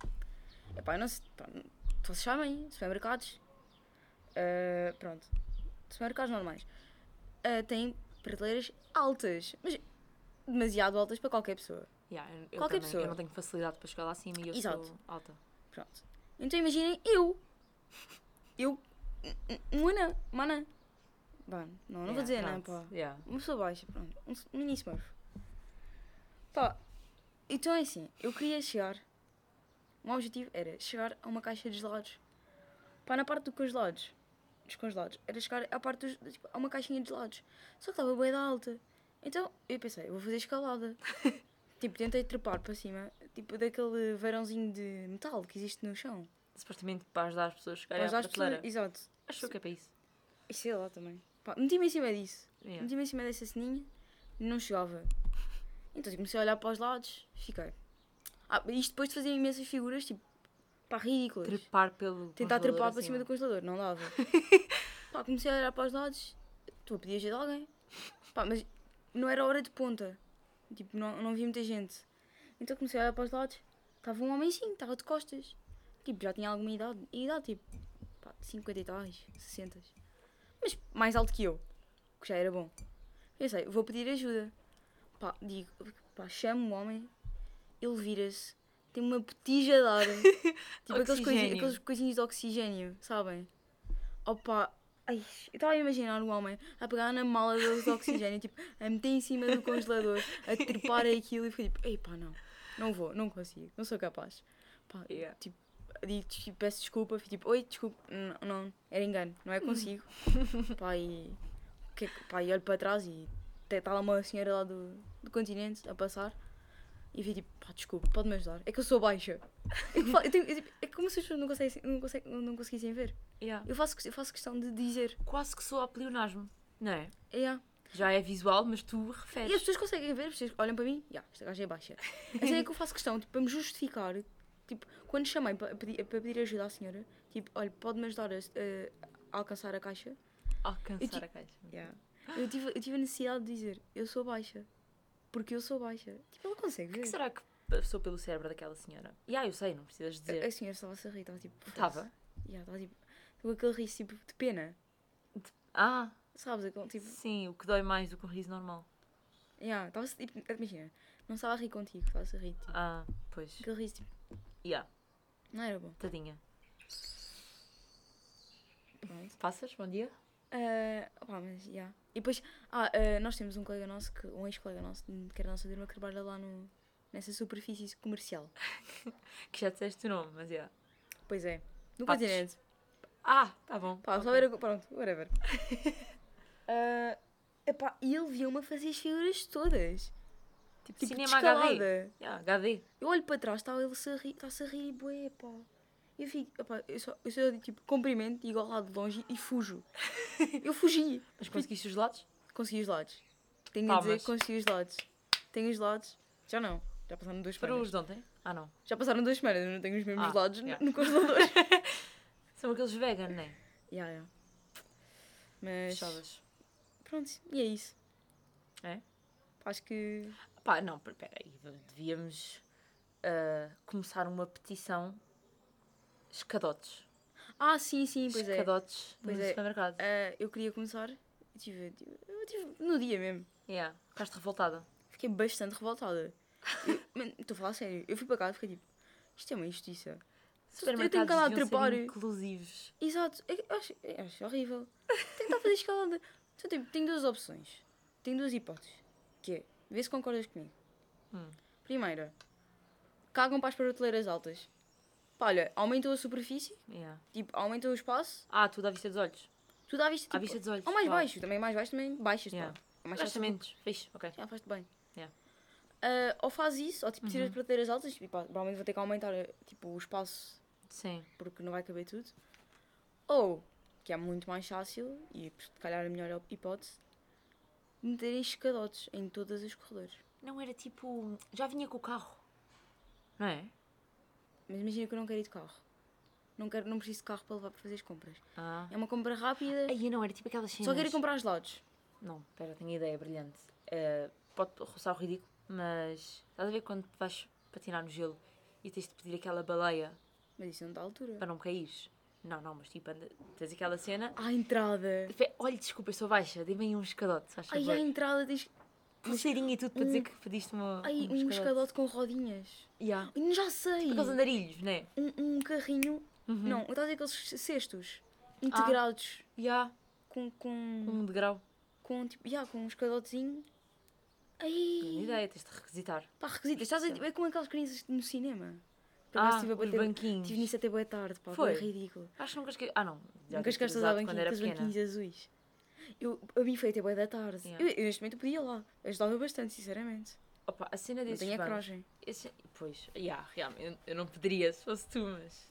B: Epá, eu não sei, pá, não- vocês sabem, supermercados. Ah, pronto. Supermercados normais. Ah, têm prateleiras altas, mas demasiado altas para qualquer pessoa.
A: Yeah, eu, eu
B: Qualquer
A: também-
B: pessoa.
A: Eu não tenho facilidade para chegar lá acima e eu
B: Exato.
A: sou alta.
B: Pronto. Então imaginem eu. Eu. Um anã. Uma anã. Bom, não, não vou dizer né, anã, pá.
A: Yeah.
B: Uma pessoa baixa, pronto. Um s- mini smurf. Pá. Então é assim, eu queria chegar. O meu objetivo era chegar a uma caixa de gelados. Pá, na parte do congelados. Dos congelados. Era chegar à parte dos. Tipo, a uma caixinha de gelados. Só que estava bem da alta. Então eu pensei, eu vou fazer escalada. tipo, tentei trepar para cima. Tipo, daquele varãozinho de metal que existe no chão.
A: Supostamente para ajudar as pessoas a chegarem
B: Mas
A: à
B: acho que.
A: prateleira.
B: Exato.
A: Acho que é para isso.
B: E sei lá também. Pá, meti-me em cima disso.
A: Yeah.
B: Meti-me em cima dessa sininha, não chegava. Então tipo, comecei a olhar para os lados, fiquei. Ah, isto depois de fazer imensas figuras, tipo, pá, ridículas.
A: Trepar pelo assim,
B: Tentar
A: congelador
B: trepar para cima do
A: acima.
B: congelador, não dava. pá, comecei a olhar para os lados, tu pedias ajuda de alguém. Pá, mas não era hora de ponta. Tipo, não, não havia muita gente. Então comecei a olhar para os lados, estava um homenzinho, estava de costas. Tipo, já tinha alguma idade. E idade, tipo, pá, de 50 e tais, 60. Mas mais alto que eu, o que já era bom. Pensei, vou pedir ajuda. Pá, digo, pá, chamo o homem, ele vira-se, tem uma petija de ar. tipo aqueles, coisi-
A: Oxigénio.
B: aqueles coisinhos de oxigênio, sabem? Opa, ai, eu estava a imaginar o homem a pegar na mala deles de oxigênio, tipo, a meter em cima do congelador, a trepar aquilo e fiquei tipo, ei pá, não, não vou, não consigo, não sou capaz. Pá,
A: Yeah.
B: tipo, digo, tipo, peço desculpa, fui tipo, oi, desculpa, não, não, era engano, não é consigo. pá, e, que, pá, e olho para trás e está lá uma senhora lá do, do continente a passar e vi tipo, pá, desculpa, pode-me ajudar, é que eu sou baixa. É que, eu falo- eu tenho- eu, tipo, é que como se as pessoas não, conseguissem, não, conseguem, não conseguissem ver.
A: Yeah.
B: Eu faço, eu faço questão de dizer,
A: Quase que sou a pleonasmo. Não é?
B: é, yeah.
A: Já é visual, mas tu
B: E as
A: referes.
B: pessoas conseguem ver, as pessoas olham para mim, já, esta gaja é baixa. Assim é que eu faço questão, tipo, para me justificar, tipo, quando chamei para pedir, para pedir ajuda à senhora, tipo, olha, pode-me ajudar a, a alcançar a caixa? Eu ti-
A: Alcançar a caixa.
B: tipo, Eu, tive, eu tive a necessidade de dizer, eu sou baixa. Porque eu sou baixa. Tipo, ela consegue
A: O que
B: ver.
A: será que passou pelo cérebro daquela senhora? E ah, eu sei, não precisas
B: A, a
A: dizer.
B: senhora estava-se a rir, estava tipo...
A: Estava?
B: Yeah, estava tipo, com aquele riso, tipo, de pena.
A: Ah,
B: Sabes, aquele, tipo,
A: sim, o que dói mais do que um riso normal.
B: yeah, estava-se, tipo, imagina, não estava a rir contigo, estava-se a rir, tipo,
A: Ah, pois.
B: aquele riso, tipo,
A: Yeah,
B: não era bom.
A: tadinha.
B: Pronto.
A: Passas, bom dia.
B: Ah, opá, mas, yeah. E depois, ah, ah, nós temos um colega nosso, que, um ex-colega nosso, que era nossa turma, que trabalha lá no, nessa superfície comercial.
A: Que já disseste o nome, mas yeah.
B: Pois é. No
A: Patos.
B: continente.
A: Ah, tá bom.
B: Pá, só era. Pronto, whatever. Ah, epá, e ele viu-me a fazer as figuras todas.
A: Tipo,
B: Tipo,
A: cinema HD.
B: descalada.
A: Yeah, HD.
B: Eu olho para trás, está ele a rir, está-se a rir, bué, pá. Eu fico, epá, eu só, eu só tipo, cumprimento, digo ao lado de longe e fujo. Eu fugi.
A: Mas conseguiste os lados?
B: Consegui os lados. Tenho a dizer
A: Palmas.
B: que consegui os lados. Tenho os lados. Já não. Já passaram duas
A: Para
B: semanas.
A: os de ontem? Ah, não.
B: Já passaram duas semanas, eu não tenho os mesmos
A: Ah,
B: lados no-
A: yeah.
B: no congelador.
A: São aqueles vegan, não é?
B: yeah, yeah. Mas.
A: Fechadas.
B: Pronto, e é isso.
A: É?
B: Acho que.
A: Pá, não, peraí. Devíamos ah, começar uma petição escadotes.
B: Ah, sim, sim, pois é.
A: escadotes
B: Pois
A: no
B: é.
A: supermercado.
B: Ah, eu queria começar. Eu tive, eu tive no dia mesmo.
A: Yeah. Ficaste revoltada.
B: Fiquei bastante revoltada. Eu- Mano, Estou a falar sério. Eu fui para casa e fiquei tipo, isto é uma injustiça.
A: Supermercados
B: tenho que andar a
A: deviam ser
B: trepar.
A: inclusivos.
B: Exato, eu acho, eu acho horrível. Tentar fazer escalada. Então, tipo, tenho duas opções. Tenho duas hipóteses. Que é, vê se concordas comigo.
A: Hum,
B: Primeira, cagam para as prateleiras altas. Pá, olha, aumentou a superfície,
A: Yeah.
B: tipo, aumentou o espaço,
A: Ah, tudo à vista dos olhos.
B: tudo à vista, tipo,
A: À vista dos olhos,
B: Ou mais
A: claro.
B: baixo, também mais baixo, também baixas,
A: Yeah.
B: pá. Ou mais
A: Gasta
B: baixo,
A: menos. Fixe, ok.
B: já faz-te bem.
A: Yeah. Uhum.
B: Ah, ou faz isso, ou tipo, tira as prateleiras altas, e pá, provavelmente vou ter que aumentar eh, tipo, o espaço
A: Sim.
B: porque não vai caber tudo. Ou, que é muito mais fácil e se calhar a melhor hipótese, meterem escadotes em todas os corredores.
A: Não era tipo. Já vinha com o carro. Não é?
B: Mas imagina que eu não quero ir de carro. Não, quero, não preciso de carro para levar para fazer as compras.
A: Ah.
B: É uma compra rápida,
A: Aí não, era tipo aquelas cenas.
B: só quero ir comprar gelados.
A: Não, pera, tenho ideia é brilhante. Eh, pode roçar o ridículo, mas. Estás a ver quando vais patinar no gelo e tens de pedir aquela baleia
B: Mas isso não dá altura.
A: para não caíres? Não, não, mas tipo, anda- tens aquela cena.
B: À entrada.
A: Tipo, é, olha, desculpa, eu sou baixa, dei-me aí um escadote, se faz
B: Ai, à
A: favor.
B: entrada tens.
A: Pulseirinha e tudo para dizer que pediste uma,
B: Ai, um escadote com rodinhas.
A: Yeah.
B: Ai, Já sei!
A: Aqueles andarilhos, Uhum. não é?
B: Um, um carrinho. Não, estás a dizer aqueles cestos integrados
A: Yeah.
B: com, com.
A: Um degrau.
B: com tipo, yeah, com um escadotezinho. Ai,
A: Grande ideia, tens de requisitar.
B: pá, requisitas. Estás a é como aquelas crianças no cinema. Por
A: Ah,
B: acaso estive a
A: os
B: bater-
A: banquinhos.
B: Estive nisso até boa tarde, pá,
A: Foi?
B: foi ridículo.
A: Acho que nunca esqueci. Ah, não. Já
B: Nunca
A: devia ter
B: chegaste a usar
A: usado quando
B: banquinho,
A: era
B: aqueles
A: pequena.
B: banquinhos azuis. Eu, a mim foi até boa da tarde.
A: Yeah.
B: Eu, eu neste momento podia lá. Ajudava bastante, sinceramente.
A: Opa, a cena
B: Eu
A: desses
B: tenho a
A: bancos-
B: coragem.
A: Esse- é, Pois, yeah, realmente, eu, eu não pediria se fosse tu, mas.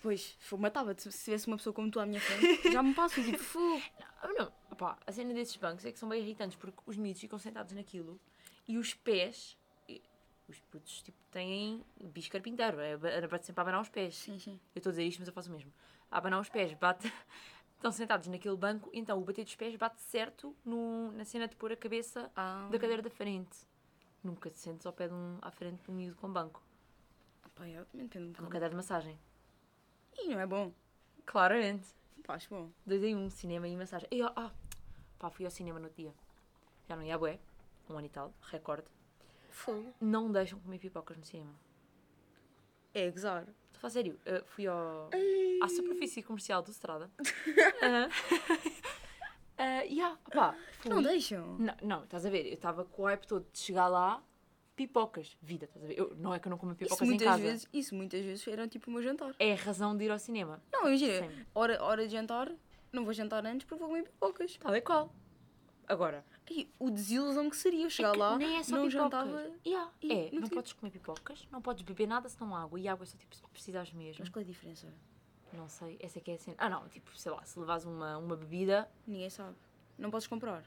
B: Pois, foi- matava-te se se tivesse uma pessoa como tu à minha frente. já me passo, tipo, fu.
A: Ah, Não, opá, a cena desses bancos é que são bem irritantes porque os miúdos ficam sentados naquilo e os pés. e- Os putos tipo, têm bicho carpinteiro, é, ba- bate sempre a abanar os pés.
B: Sim, sim.
A: Eu estou a dizer isto, mas eu faço o mesmo. A abanar os pés, bate. Estão sentados naquele banco, então o bater dos pés bate certo no, na cena de pôr a cabeça
B: Ah,
A: da cadeira da frente. Nunca te sentes ao pé de um, à frente de um miúdo com banco.
B: pá, eu também depende um
A: Com
B: bocado.
A: cadeira de massagem.
B: E não é bom.
A: Claramente.
B: Pá, acho bom.
A: Dois em um, cinema e massagem. E, ó, ah, pá, fui ao cinema no outro dia. Já não ia a bué. Um ano e tal, recorde.
B: Fogo.
A: Não deixam comer pipocas no cinema.
B: É gozar.
A: Estou a falar sério. Uh, fui ao, à superfície comercial do Strada. Ah, e ah, pá, fui.
B: Não deixam.
A: Não, não, estás a ver, eu estava com o hype todo de chegar lá, pipocas, vida, estás a ver? Eu, não é que eu não como
B: Isso
A: pipocas em
B: muitas,
A: casa.
B: vezes, isso muitas vezes era tipo o meu jantar.
A: É a razão de ir ao cinema.
B: Não,
A: Sim.
B: imagina, hora, hora de jantar, não vou jantar antes porque vou comer pipocas.
A: Tal e qual. Agora,
B: Ai, o desilusão que seria eu chegar lá,
A: nem é só
B: não
A: pipocas.
B: jantava.
A: Yeah,
B: e
A: é,
B: não
A: não
B: tinha-
A: podes comer pipocas, não podes beber nada se não há água. E água é só tipo se precisares mesmo.
B: Mas qual é a diferença?
A: Não sei, essa é que é a cena. Ah não, tipo, sei lá, se levares uma, uma bebida,
B: Ninguém sabe. Não podes comprar.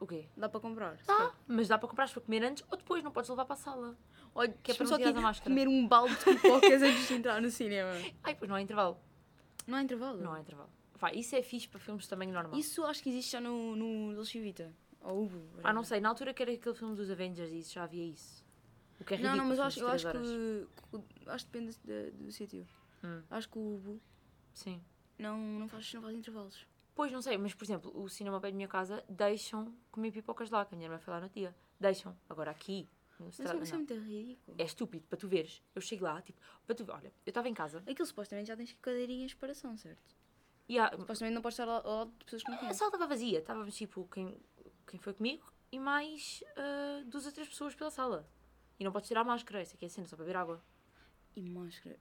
A: o quê?
B: Dá para comprar. se
A: Tá,
B: quer.
A: mas dá para comprar para comer antes ou depois, não podes levar para a sala.
B: Olha,
A: Que é para não
B: só
A: tirares
B: que
A: a máscara.
B: comer um balde de pipocas antes de entrar no cinema.
A: Ai, pois não há intervalo.
B: Não há intervalo?
A: Não há intervalo. Vai, isso é fixe para filmes também normal.
B: Isso acho que existe já no, no Dolce Vita. Ou Ubu.
A: Ah, não
B: whatever.
A: sei, na altura que era aquele filme dos Avengers e isso, já havia isso. O que é
B: não,
A: ridículo,
B: não, mas eu acho, eu
A: filmes de
B: acho
A: três horas.
B: que. que- Acho que depende da- do sítio.
A: Hum.
B: Acho que o Ubu
A: Sim.
B: não, não, faz, não faz intervalos.
A: Pois, não sei, mas por exemplo, o cinema ao pé da minha casa deixam comer pipocas lá, que a minha irmã foi lá no dia. Deixam. Agora aqui, no
B: Mas
A: estrada,
B: isso é
A: não.
B: muito ridículo.
A: É estúpido, para tu veres. Eu chego lá, tipo, para tu olha, eu estava em casa
B: Aquilo supostamente já tens cadeirinhas para são, certo?
A: e a,
B: Supostamente não podes estar ao ao lado de pessoas que não
A: a
B: conheces.
A: sala estava vazia. Estávamos tipo, quem, quem foi comigo e mais ah, duas ou três pessoas pela sala. E não podes tirar a máscara, isso aqui é cena, só para beber água.
B: E máscara.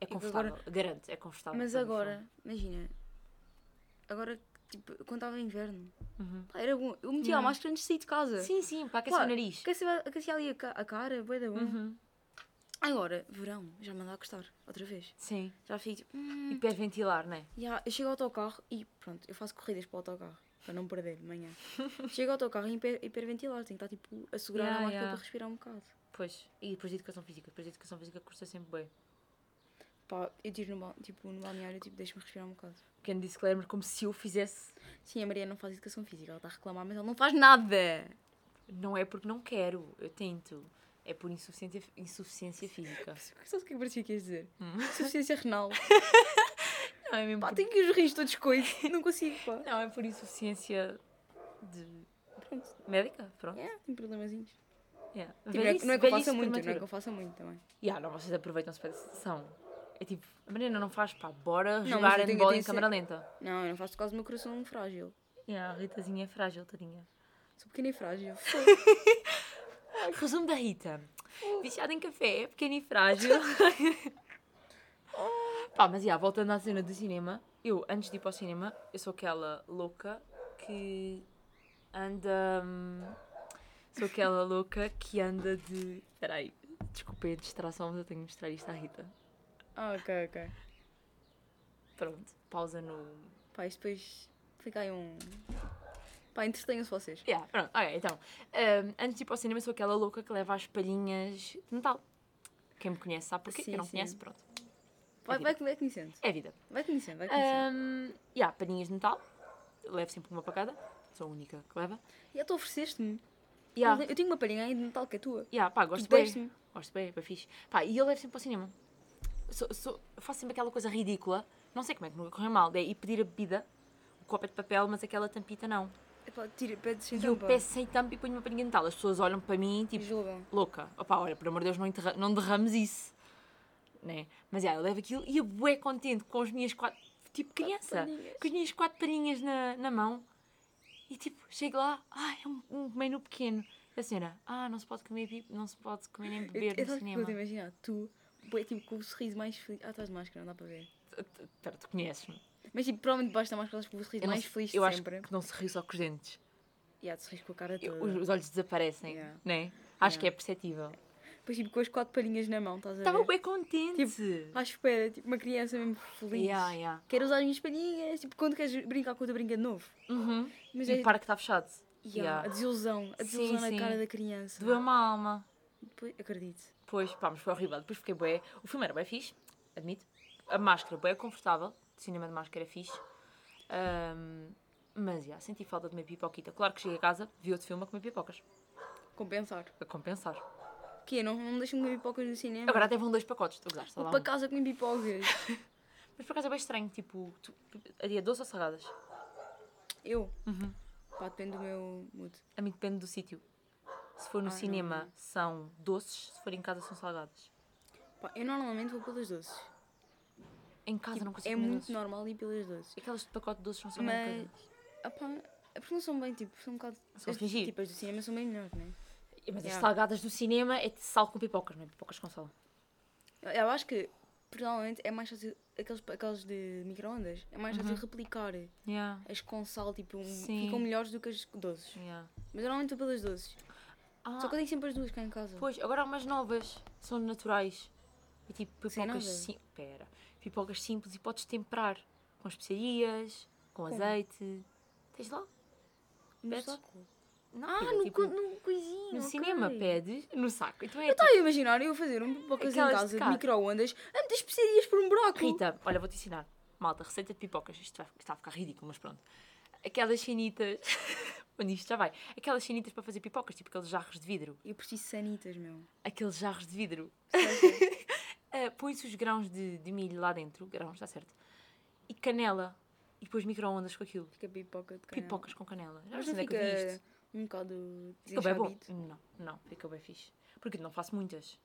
A: É
B: que
A: confortável,
B: agora-
A: garanto, é confortável.
B: Mas
A: para mim,
B: agora, imagina. Agora, tipo, quando estava inverno,
A: Uhum.
B: pá, era bom. Eu metia
A: Yeah.
B: a máscara antes de sair de casa.
A: foi. Sim, sim, para aquecer
B: Pá,
A: o nariz.
B: Aquecia, aquecia ali a, ca- a cara, boa da bom.
A: Uhum.
B: Agora, verão, já me andava a gostar, outra vez.
A: Sim.
B: Já fico tipo, hum,
A: E hiperventilar, não é?
B: Ya, eu chego ao autocarro e pronto, eu faço corridas para o autocarro, para não perder de manhã. chego ao autocarro e hiper, hiperventilar, tenho que estar tipo a segurar
A: Ya,
B: a máscara
A: ya.
B: para respirar um bocado.
A: Pois. E depois de educação física. Depois de educação física custa sempre bem.
B: Pá, eu tiro no, bal- tipo, no balneário, tipo, deixa-me respirar um bocado.
A: Pequeno disclaimer, como se eu fizesse.
B: Sim, a Maria não faz tá educação física, ela está a reclamar, mas ela não faz nada!
A: Não é porque não quero, eu tento. É por insuficiência, insuficiência física.
B: Sabe o que é que parecia que ias dizer? Insuficiência renal.
A: Não, é mesmo
B: Pá,
A: por-
B: tenho que os rins todos coisas. Não consigo, pá.
A: Não, é por insuficiência de...
B: Pronto.
A: Médica, pronto.
B: É, tem problemazinhos.
A: Yeah.
B: Tipo, não é que- não é que eu
A: velhice
B: faça muito, não é
A: prematura.
B: que eu faça muito também.
A: Yeah, não, vocês aproveitam-se para essa sessão. É tipo, a menina não faz, pá, bora
B: mas
A: jogar
B: eu tenho- eu
A: handball
B: tenho
A: em
B: que
A: câmara
B: ser-
A: lenta.
B: Não, eu não faço por causa do meu coração frágil.
A: Yeah, a Ritazinha é frágil, tadinha.
B: Sou pequena e frágil.
A: Resumo da Rita. Viciada em café, pequena e frágil. Pá, mas yeah, voltando à cena do cinema, eu, antes de ir para o cinema, eu sou aquela louca que anda... hum, Sou aquela louca que anda de... Peraí, desculpem a distração, mas eu tenho que mostrar isto à Rita.
B: ah, ok, ok.
A: Pronto, pausa no,
B: Pá, isto depois fica aí um. Pá, entretenham-se vocês.
A: Yeah, pronto, ok, então. hum, antes de ir para o cinema, sou aquela louca que leva as palhinhas de metal. Quem me conhece sabe porquê,
B: Sim,
A: quem não
B: sim.
A: conhece, pronto.
B: Vai,
A: É
B: vai, vai conhecendo.
A: É vida.
B: Vai conhecendo, vai conhecendo.
A: Um, yeah, palhinhas de metal, levo sempre uma para cada, sou a única que leva.
B: E Já tu ofereceste-me.
A: Yeah,
B: um Eu tenho uma palhinha aí de Natal que é tua.
A: yeah, pá, gosto
B: é- Tu
A: bem,
B: deste-me.
A: gosto bem, é bem fixe. Pá, e eu levo sempre para o cinema. Sou- sou- eu faço sempre aquela coisa ridícula, não sei como é que nunca correu mal, é ir pedir a bebida, o copo é de papel, mas aquela tampita não.
B: Epá, tira, pedes
A: E
B: então,
A: eu
B: pá.
A: peço sem tampa e ponho uma palhinha de metal. As pessoas olham para mim,
B: E
A: tipo,
B: julgam.
A: louca. Opa, olha, por amor de Deus, não, enterra- não derrames isso. Né? Mas já, eu levo aquilo e a bué contente com as minhas quatro. Tipo, criança.
B: palhinhas.
A: Com as minhas quatro palhinhas na, na mão. E tipo, chego lá, ai, é um, um menu pequeno. E a senhora, ah, não se pode comer, bi- não se pode comer nem
B: Eu,
A: beber no
B: eu, sabe o que eu
A: cinema.
B: te imaginar. Tu, bué, tipo, com o sorriso mais feliz. Ah, estás de máscara, não dá para ver.
A: Espera, tu conheces-me.
B: Mas tipo, provavelmente debaixo da máscara estás com o sorriso
A: Eu, não
B: mais
A: se-
B: feliz de
A: eu acho
B: sempre.
A: que não se ri só com os dentes.
B: E há de sorrir com a cara
A: Eu-
B: toda.
A: os, os olhos desaparecem,
B: Yeah.
A: né? Acho
B: Yeah.
A: que é perceptível.
B: Depois, tipo, com as quatro palhinhas na mão, estás a
A: Estava
B: ver?
A: bem contente.
B: À espera, tipo, uma criança mesmo feliz.
A: Yeah, yeah.
B: Quero usar as minhas palhinhas. Tipo, quando queres brincar com outra brinca de novo.
A: Uhum.
B: Mas
A: e
B: é.
A: o parque está fechado.
B: Yeah, A
A: Yeah.
B: desilusão. A
A: Sim,
B: desilusão na
A: sim.
B: cara da criança.
A: Doeu-me a alma.
B: Depois, acredito.
A: Pois, pá, mas foi horrível. Depois fiquei bué. O filme era bué fixe, admito. A máscara bué confortável. O cinema de máscara é fixe. Ahm, mas, já, senti falta de uma pipoquita. Claro que cheguei a casa, vi outro filme a comer pipocas.
B: Compensar.
A: A compensar.
B: Que eu não, não me deixam comer pipocas no cinema.
A: Agora até vão dois pacotes. Estou a gozar, só
B: Vou
A: dá
B: para
A: um.
B: casa comer pipocas.
A: Mas por acaso é bem estranho, tipo... Tu, a dia doce ou salgadas?
B: Eu?
A: Uhum.
B: Pá, depende do meu mood.
A: A mim depende do sítio. Se for no
B: Ah, não.
A: cinema, são doces. Se for em casa, são salgadas.
B: Pá, eu normalmente vou pelas doces.
A: Em casa não consigo
B: é
A: comer
B: muito
A: doces.
B: normal ir pelas doces.
A: Aquelas de pacote de doces não são a mesma
B: Mas.
A: coisa.
B: Ah, pá, é porque não são bem, tipo, são um bocado.
A: São
B: as-
A: fingir.
B: Tipo, as do cinema são bem melhores, não é?
A: Mas as
B: Yeah.
A: salgadas do cinema é de sal com pipocas, não é? Pipocas com sal.
B: Eu, eu acho que, personalmente, é mais fácil. Aqueles, aqueles de micro-ondas, é mais fácil replicar.
A: Yeah.
B: As com sal, tipo, um-
A: Uhum. Sim.
B: ficam melhores do que as doces.
A: Yeah.
B: Mas normalmente vou pelas doces.
A: Ah,
B: Só que eu tenho sempre as duas cá em casa.
A: pois, agora há umas novas, são naturais. E tipo,
B: Sem nada.
A: pipocas, sim, pera, pipocas simples e podes temperar com especiarias, com azeite. Tens lá?
B: Mas
A: pedes?
B: lá com-
A: Não,
B: Ah,
A: filha,
B: no,
A: tipo,
B: co- no coisinho.
A: no
B: ok.
A: cinema pedes, no saco. Então é
B: Eu estava a imaginar eu fazer um pipocas
A: Aquelas
B: em
A: de
B: casa de,
A: cá.
B: micro-ondas a meter especiarias por um buraco.
A: tipo, Rita, olha, vou-te ensinar. Malta, receita de pipocas. Isto vai, está a ficar ridículo, mas pronto. Aquelas chinitas. Onde isto já vai? Aquelas chinitas para fazer pipocas, tipo aqueles jarros de vidro.
B: Eu preciso de sanitas, meu.
A: Aqueles jarros de vidro. Ah, Põe-se os grãos de, de milho lá dentro, grãos, está certo. E canela. E depois micro-ondas com aquilo.
B: Fica pipoca de canela.
A: Pipocas com canela. Já viste
B: Mas não
A: onde é que eu vi
B: fica
A: isto?
B: um bocado
A: Fica bem bom.
B: desenchabido?
A: Não, não, fica bem fixe. Porque eu não faço muitas.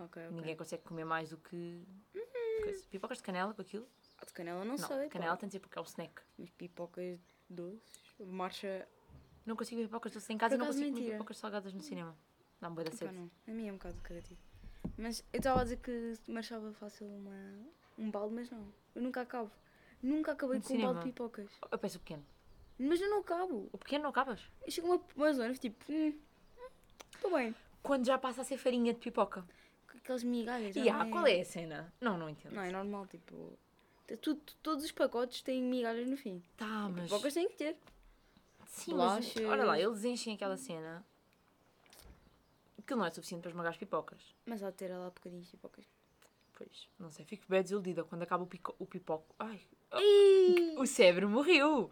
B: Ok, ok.
A: Hum. Ninguém consegue comer mais do que. coisa. Pipocas de canela com aquilo?
B: Ah, De canela não,
A: Não,
B: sei. pá.
A: canela tem de ser porque é um snack.
B: Mas pipocas doces. Marcha.
A: Não consigo comer pipocas doces em casa e não
B: acaso,
A: consigo comer
B: mentira.
A: pipocas salgadas no cinema. Dá-me boa da
B: Epá,
A: sede.
B: não. A minha é um bocado criativo. Mas eu estava a dizer que marchava fácil uma, um balde, mas não. Eu nunca acabo. Nunca acabei
A: No
B: com um balde
A: cinema.
B: de pipocas.
A: Eu peço o pequeno.
B: Mas eu não acabo.
A: O pequeno não acabas?
B: Eu chego a uma, uma zona tipo. Hum, estou bem.
A: Quando já passa a ser farinha de pipoca.
B: Com Aquelas migalhas. já
A: E há,
B: não
A: qual é a cena? Não, não entendo.
B: Não, é normal, tipo. tá tudo- todos os pacotes têm migalhas no fim.
A: Tá, mas.
B: Pipocas têm que ter.
A: Sim, mas
B: bolachas.
A: olha lá, eles enchem aquela cena. Aquilo não é suficiente para esmagar as pipocas.
B: Mas há de ter lá bocadinhos de pipocas.
A: Pois, não sei, fico bem desiludida quando acaba o, pico, o pipoco. Ai, o cérebro morreu!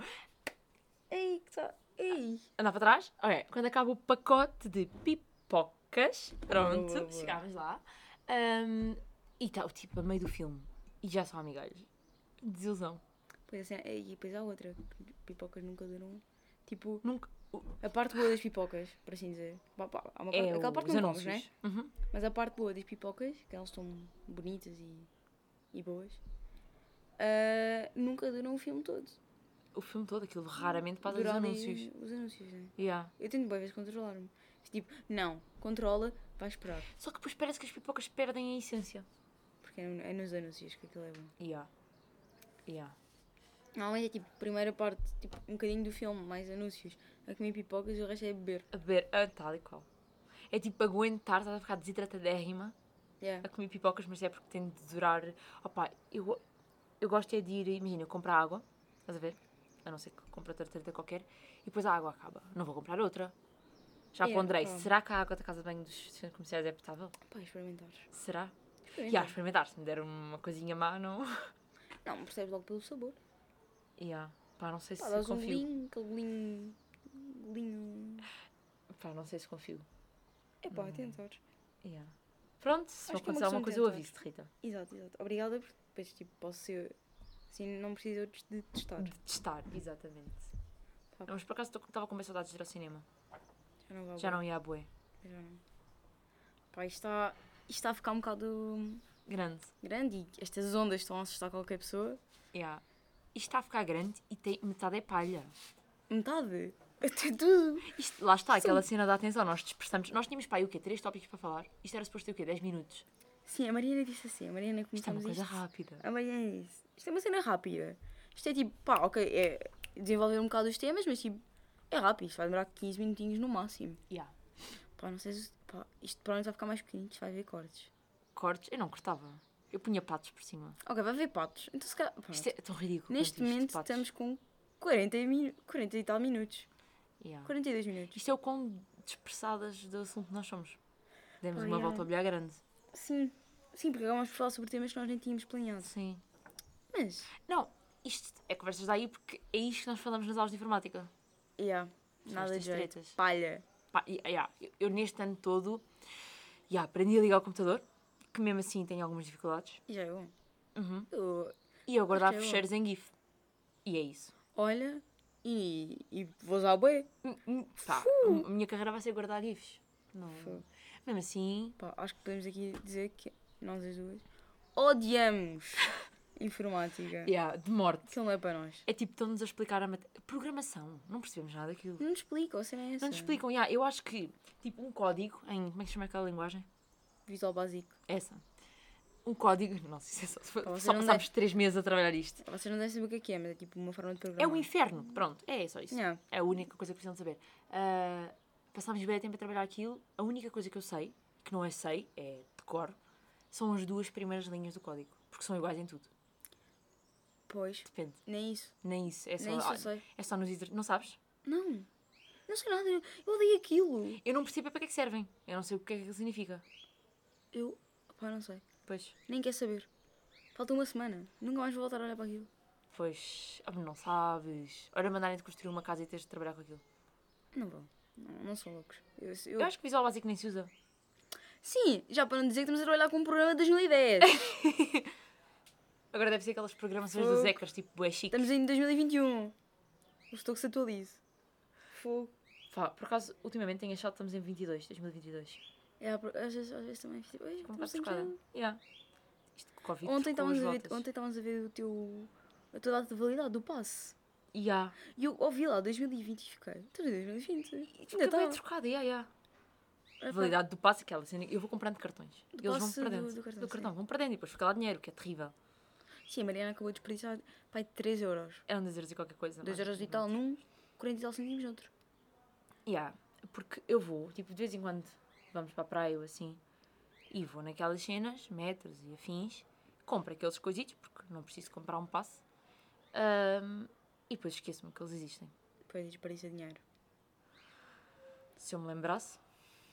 B: Ei, que tá. Ei!
A: Andar para trás? Olha, quando acaba o pacote de pipoca. secas. Pronto,
B: boa, boa.
A: chegámos lá. Ahm, e está o tipo a meio do filme. E já são amigalhos. Desilusão.
B: Pois assim, e depois há outra. que Pipocas nunca duram. Tipo,
A: Nunca.
B: a parte boa das pipocas, por assim dizer. Pá, pá, há uma parte, aquela
A: o-
B: parte
A: os
B: não comes, não é?
A: anúncios. Uhum.
B: Mas a parte boa das pipocas, que elas são bonitas e, e boas, ah, nunca duram o filme todo.
A: O filme todo, aquilo raramente passa os
B: Duram ali
A: anúncios.
B: Os anúncios, né?
A: Yeah.
B: Eu tento boas vezes controlar-me. Tipo, não, controla, vai esperar.
A: Só que depois parece que as pipocas perdem a essência.
B: Porque é é nos anúncios que aquilo é bom.
A: Yeah. Yeah.
B: Normalmente é tipo, primeira parte, tipo, um bocadinho do filme, mais anúncios, a comer pipocas e o resto é beber.
A: A beber a tal e qual. É tipo aguentar, estás a ficar desidratadérrima
B: Yeah.
A: a comer pipocas, mas é porque tem de durar. Opá, eu, eu gosto é de ir, imagina, eu compro água, estás a ver? A não ser que compre outra treta qualquer, e depois a água acaba. Não vou comprar outra. Já
B: Yeah,
A: ponderei,
B: claro.
A: será que a água da casa de banho dos centros comerciais é potável?
B: Pá, experimentar.
A: Será? E yeah,
B: Experimentar.
A: experimentar, se me der uma coisinha má, não.
B: Não, percebes logo pelo sabor.
A: Yeah. Pá, não sei
B: Pá,
A: se
B: dás um
A: confio.
B: golinho, aquele golinho. golinho.
A: Pá, não sei se confio.
B: É
A: Hum.
B: pá, tentar.
A: Yeah. Pronto, se me
B: Acho que é
A: acontecer
B: uma
A: alguma
B: questão de
A: coisa, eu
B: tentar.
A: aviso, Rita.
B: Exato, exato. Obrigada, porque depois, tipo, posso ser. Assim, não preciso eu de testar.
A: De testar, exatamente.
B: Tá
A: Não, mas por acaso estava com bem saudades de ir ao cinema.
B: Já não vale.
A: Já não é. ia à bué.
B: Já não. Pá, isto está, isto está a ficar um bocado
A: Grande.
B: grande e estas ondas estão a assustar qualquer pessoa.
A: Yeah. Isto está a ficar grande e tem metade é palha.
B: Metade. Até tudo.
A: Isto, lá está, aquela cena da atenção. Nós dispersamos. Nós tínhamos pá, aí o quê? Três tópicos para falar. Isto era suposto ter o quê? 10 minutos.
B: Sim, a Mariana disse assim. A Mariana
A: Isto é uma
B: começamos
A: coisa
B: isto.
A: rápida.
B: A Mariana disse. Isto Ah, é uma cena rápida. Isto é tipo, pá, ok, é desenvolver um bocado os temas, mas tipo, é rápido. Isto vai demorar 15 minutinhos no máximo.
A: Yeah.
B: Pá, não sei se. Pá, isto para nós vai ficar mais pequenino, isto vai haver cortes.
A: Cortes, eu não cortava. Eu punha patos por cima.
B: Ok, vai haver patos. Então se calhar. pá,
A: Isto é tão ridículo.
B: Neste
A: quanto isto de
B: momento
A: patos.
B: estamos com 40 e, minu- 40 e tal minutos.
A: Yeah.
B: 42 minutos.
A: Isto é o quão dispersadas do assunto nós somos. Demos
B: Pá,
A: uma
B: yeah.
A: volta ao bilhar grande.
B: Sim. Sim, porque acabamos por falar sobre temas que nós nem tínhamos planeado.
A: Sim.
B: Mas.
A: Não, isto é conversas daí porque é isto que nós falamos nas aulas de informática.
B: Yeah,
A: São
B: nada
A: estas
B: de jeito.
A: tretas.
B: Palha.
A: Pá, e- yeah, eu, eu neste ano todo yeah, aprendi a ligar o computador, que mesmo assim tenho algumas dificuldades,
B: E já é bom.
A: Uhum.
B: Eu-
A: e eu guardava
B: Ok, bom.
A: fecheiros em GIF. E é isso.
B: olha, e, e vou usar o boi.
A: Hum, hum, Pá, a minha carreira vai ser guardar GIFs. Não.
B: Fogo.
A: Mesmo assim,
B: Pá, acho que podemos aqui dizer que nós as duas odiamos informática.
A: yeah, de morte.
B: Aquilo não é para nós.
A: É tipo, estão-nos a explicar a mate- Programação, não percebemos nada daquilo.
B: Não nos explica, ou seja, é essa.
A: Não nos explicam, yeah, eu acho que, tipo, um código em. Como é que se chama aquela linguagem?
B: Visual básico.
A: Essa. É Um código. Não sei se é só. se foi-
B: Pá, você
A: Só
B: não
A: passámos três meses a trabalhar isto.
B: Vocês não devem saber o que é que é, mas é tipo uma forma de programar.
A: É o inferno. Pronto, é só isso.
B: Yeah.
A: É a única coisa que precisam de saber. Ah, passámos bem tempo a trabalhar aquilo. A única coisa que eu sei, que não é sei, é de cor, são as duas primeiras linhas do código. Porque são iguais em tudo.
B: Pois,
A: Depende.
B: nem isso.
A: Nem isso. É só,
B: Nem isso eu sei.
A: É só nos hidro... Não sabes?
B: Não. Não sei nada. Eu eu odeio aquilo.
A: Eu não percebo é para que é que servem. Eu não sei o que é que significa.
B: Eu. Pá, não sei.
A: Pois.
B: Nem quer saber. Falta uma semana. Nunca mais vou voltar a olhar para aquilo.
A: Pois. ah, Não sabes. Ora, mandarem-te construir uma casa e teres de trabalhar com aquilo.
B: Não vão. Não, não são loucos. Eu, eu-
A: Eu acho que visual básico nem se usa.
B: Sim, já para não dizer que estamos a trabalhar com um programa de 2010.
A: Agora deve ser aquelas programações
B: Fogo.
A: dos Ecas, tipo, bué chique.
B: estamos em 2021. O estoque se atualiza. Fogo.
A: Fá, por acaso, ultimamente tenho achado que estamos em 22, 2022.
B: É, às vezes, às vezes também. fico, "Ei,
A: Fico um
B: estamos
A: bocado
B: em
A: chocada.
B: janeiro."
A: Yeah. Isto com Covid
B: Ontem
A: trocou
B: estávamos,
A: as
B: a ver,
A: voltas.
B: ontem estávamos a ver o teu. a tua data de validade do passe.
A: Yeah.
B: E eu ouvi lá 2020 e fiquei. Estamos em 2020. Ainda tá."
A: Fica bem
B: está.
A: trocada, yeah, yeah.
B: É, pá,
A: Validade do passe, aquela cena. Eu vou comprando cartões.
B: Do
A: Eles vão
B: passe
A: perdendo.
B: do- do cartão, sim.
A: vão perdendo e depois fica lá dinheiro, que é terrível.
B: Sim, a Mariana acabou de desperdiçar pai, 3 euros.
A: Eram 2 euros e qualquer coisa. mais.
B: 2 euros e tal num, 40 e tal centímetros no outro.
A: Yeah. Porque eu vou, tipo, de vez em quando vamos para a praia ou assim, e vou naquelas cenas, metros e afins, compro aqueles coisitos, porque não preciso comprar um passe, ahm, e depois esqueço-me que eles existem.
B: Depois desperdiça dinheiro.
A: Se eu me lembrasse,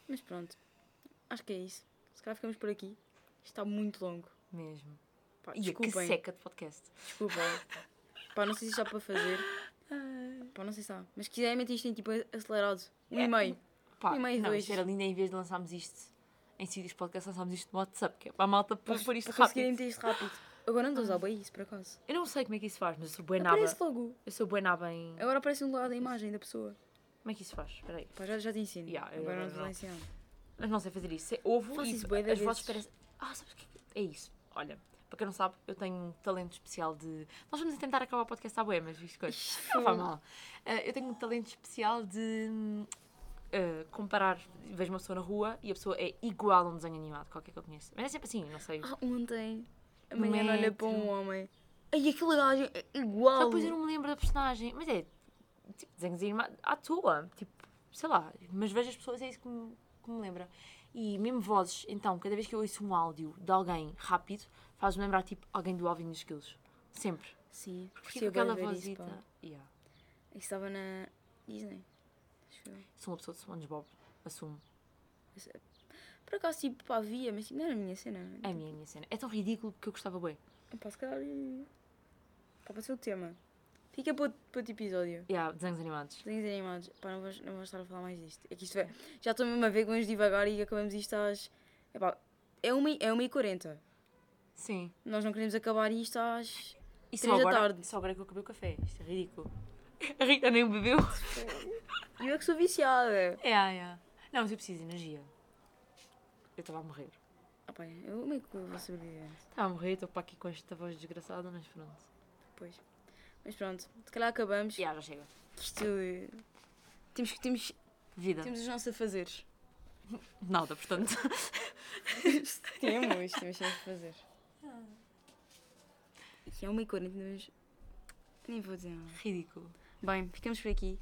B: Mas pronto, acho que é isso. Se calhar ficamos por aqui. Isto está muito longo.
A: mesmo.
B: Pá,
A: Ia, é que
B: desculpem,
A: seca de podcast.
B: desculpem. Pá, não sei se está para fazer. Pá, não sei se está. Mas se quiserem meter isto em tipo acelerado. Um
A: É.
B: e meio.
A: Pá,
B: E mais
A: não,
B: dois.
A: isto era lindo em vez de lançarmos isto em sítios de podcast, lançámos isto no WhatsApp, que é para a malta
B: Para
A: pôr isto
B: para
A: rápido.
B: conseguirem meter isto rápido. Agora não estou a usar bem isso, por acaso.
A: Eu não sei como é que isso faz, mas eu sou bué naba.
B: Aparece logo.
A: Eu sou bué naba em...
B: Agora aparece um lado da imagem da pessoa.
A: Como é que isso faz? Espera aí.
B: Pá, já, já te ensino.
A: Yeah, eu
B: Agora
A: não-
B: não estou
A: não.
B: a ensinar.
A: Mas não sei fazer isso. É ovo
B: Faço
A: e
B: isso bué de
A: as vozes
B: vezes.
A: parecem... Ah, sabes o que é que- é isso? Olha, para quem não sabe, eu tenho um talento especial de... Nós vamos tentar acabar o podcast à bué, mas isto coisa. Não vai mal. Ah, eu tenho um talento especial de hum, ah, comparar... Vejo uma pessoa na rua e a pessoa é igual a um desenho animado, qualquer que eu conheça. Mas é sempre assim, não sei.
B: Ah, ontem. A
A: No
B: manhã olha
A: metro.
B: para um homem. Ai, aquele gajo é igual.
A: Só um- que depois eu não me lembro da personagem. Mas é, tipo, desenhos animados à toa. Tipo, sei lá. Mas vejo as pessoas, é isso que me, que me lembra. E mesmo vozes, então, cada vez que eu ouço um áudio de alguém rápido, faz-me lembrar, tipo, alguém do Alvin e os Skills. Sempre.
B: Sim,
A: Porque
B: curti
A: com aquela
B: bué de ver isso,
A: vozita.
B: pá.
A: yeah.
B: Isso estava na Disney. acho eu.
A: Sou uma pessoa de SpongeBob. Assumo.
B: Por acaso, tipo, pá, via, mas tipo, não era a minha cena.
A: É a minha, a minha cena. É tão ridículo que eu gostava bem.
B: Pá, se calhar. eh, Pá, pode ser o tema. Fica para outro, para outro episódio.
A: Yeah, desenhos animados.
B: Desenhos animados. Pá, não vamos, não vamos estar a falar mais disto. É que isto é... Já estou mesmo a ver que vamos devagar e acabamos isto às. É pá, é 1h40. É uma e quarenta.
A: Sim.
B: Nós não queremos acabar isto às.
A: E só
B: Três da
A: agora,
B: tarde.
A: só agora que eu acabei o café. Isto é ridículo. A Rita nem bebeu.
B: E eu é que sou viciada.
A: É, é. Não, mas eu preciso de energia. Eu estava a morrer.
B: Ah, pá, eu como é que eu vou sobreviver?
A: Estava a morrer, estou para aqui com esta voz desgraçada, mas pronto.
B: Pois. Mas pronto, se calhar acabamos.
A: Já, já chega.
B: Isto. eh, Temos, que- temos,
A: Vida.
B: temos os nossos afazeres.
A: Nada, portanto.
B: temos, temos sempre que fazer. E é 1h42. Nem vou dizer nada.
A: Ridículo.
B: Bem, ficamos por aqui.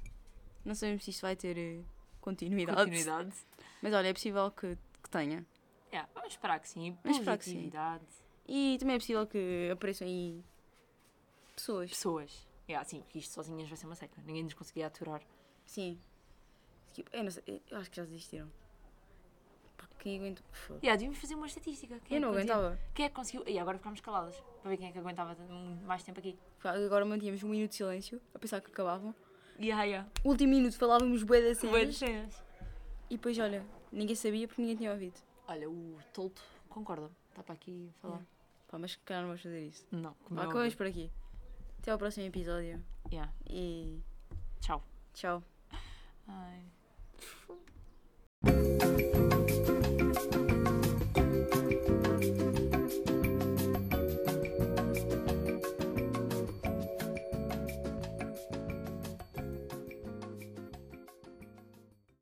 B: Não sabemos se isto vai ter eh, continuidade.
A: Continuidade.
B: Mas olha, é possível que, que tenha.
A: É, vamos esperar que sim.
B: Vamos esperar que sim.
A: Positividade.
B: E também é possível que apareçam aí pessoas.
A: Pessoas. É, assim, porque isto sozinhas vai ser uma seca. Ninguém nos conseguia aturar.
B: Sim. Tipo, Eu, não sei, eu acho que já desistiram. Pá, Quem aguenta? Foda.
A: E yeah, devíamos fazer uma estatística. Quem
B: Eu
A: é
B: não
A: que conseguiu-
B: aguentava.
A: Quem é que conseguiu? E agora ficámos caladas. Para ver quem é que aguentava muito mais tempo aqui.
B: Pá, Agora mantínhamos um minuto de silêncio, a pensar que acabavam.
A: Yeah, yeah.
B: Último minuto falávamos bué da
A: Boa de
B: cenas.
A: cenas.
B: E depois, olha, ninguém sabia porque ninguém tinha ouvido.
A: Olha, o Tolto concorda. Está para aqui a falar.
B: Pá, mas que calhar não vamos fazer isso.
A: Não, como
B: Pá,
A: é
B: acabamos
A: óbvio.
B: por aqui. Até ao próximo episódio.
A: Yeah.
B: E
A: Tchau.
B: tchau.
A: Ai.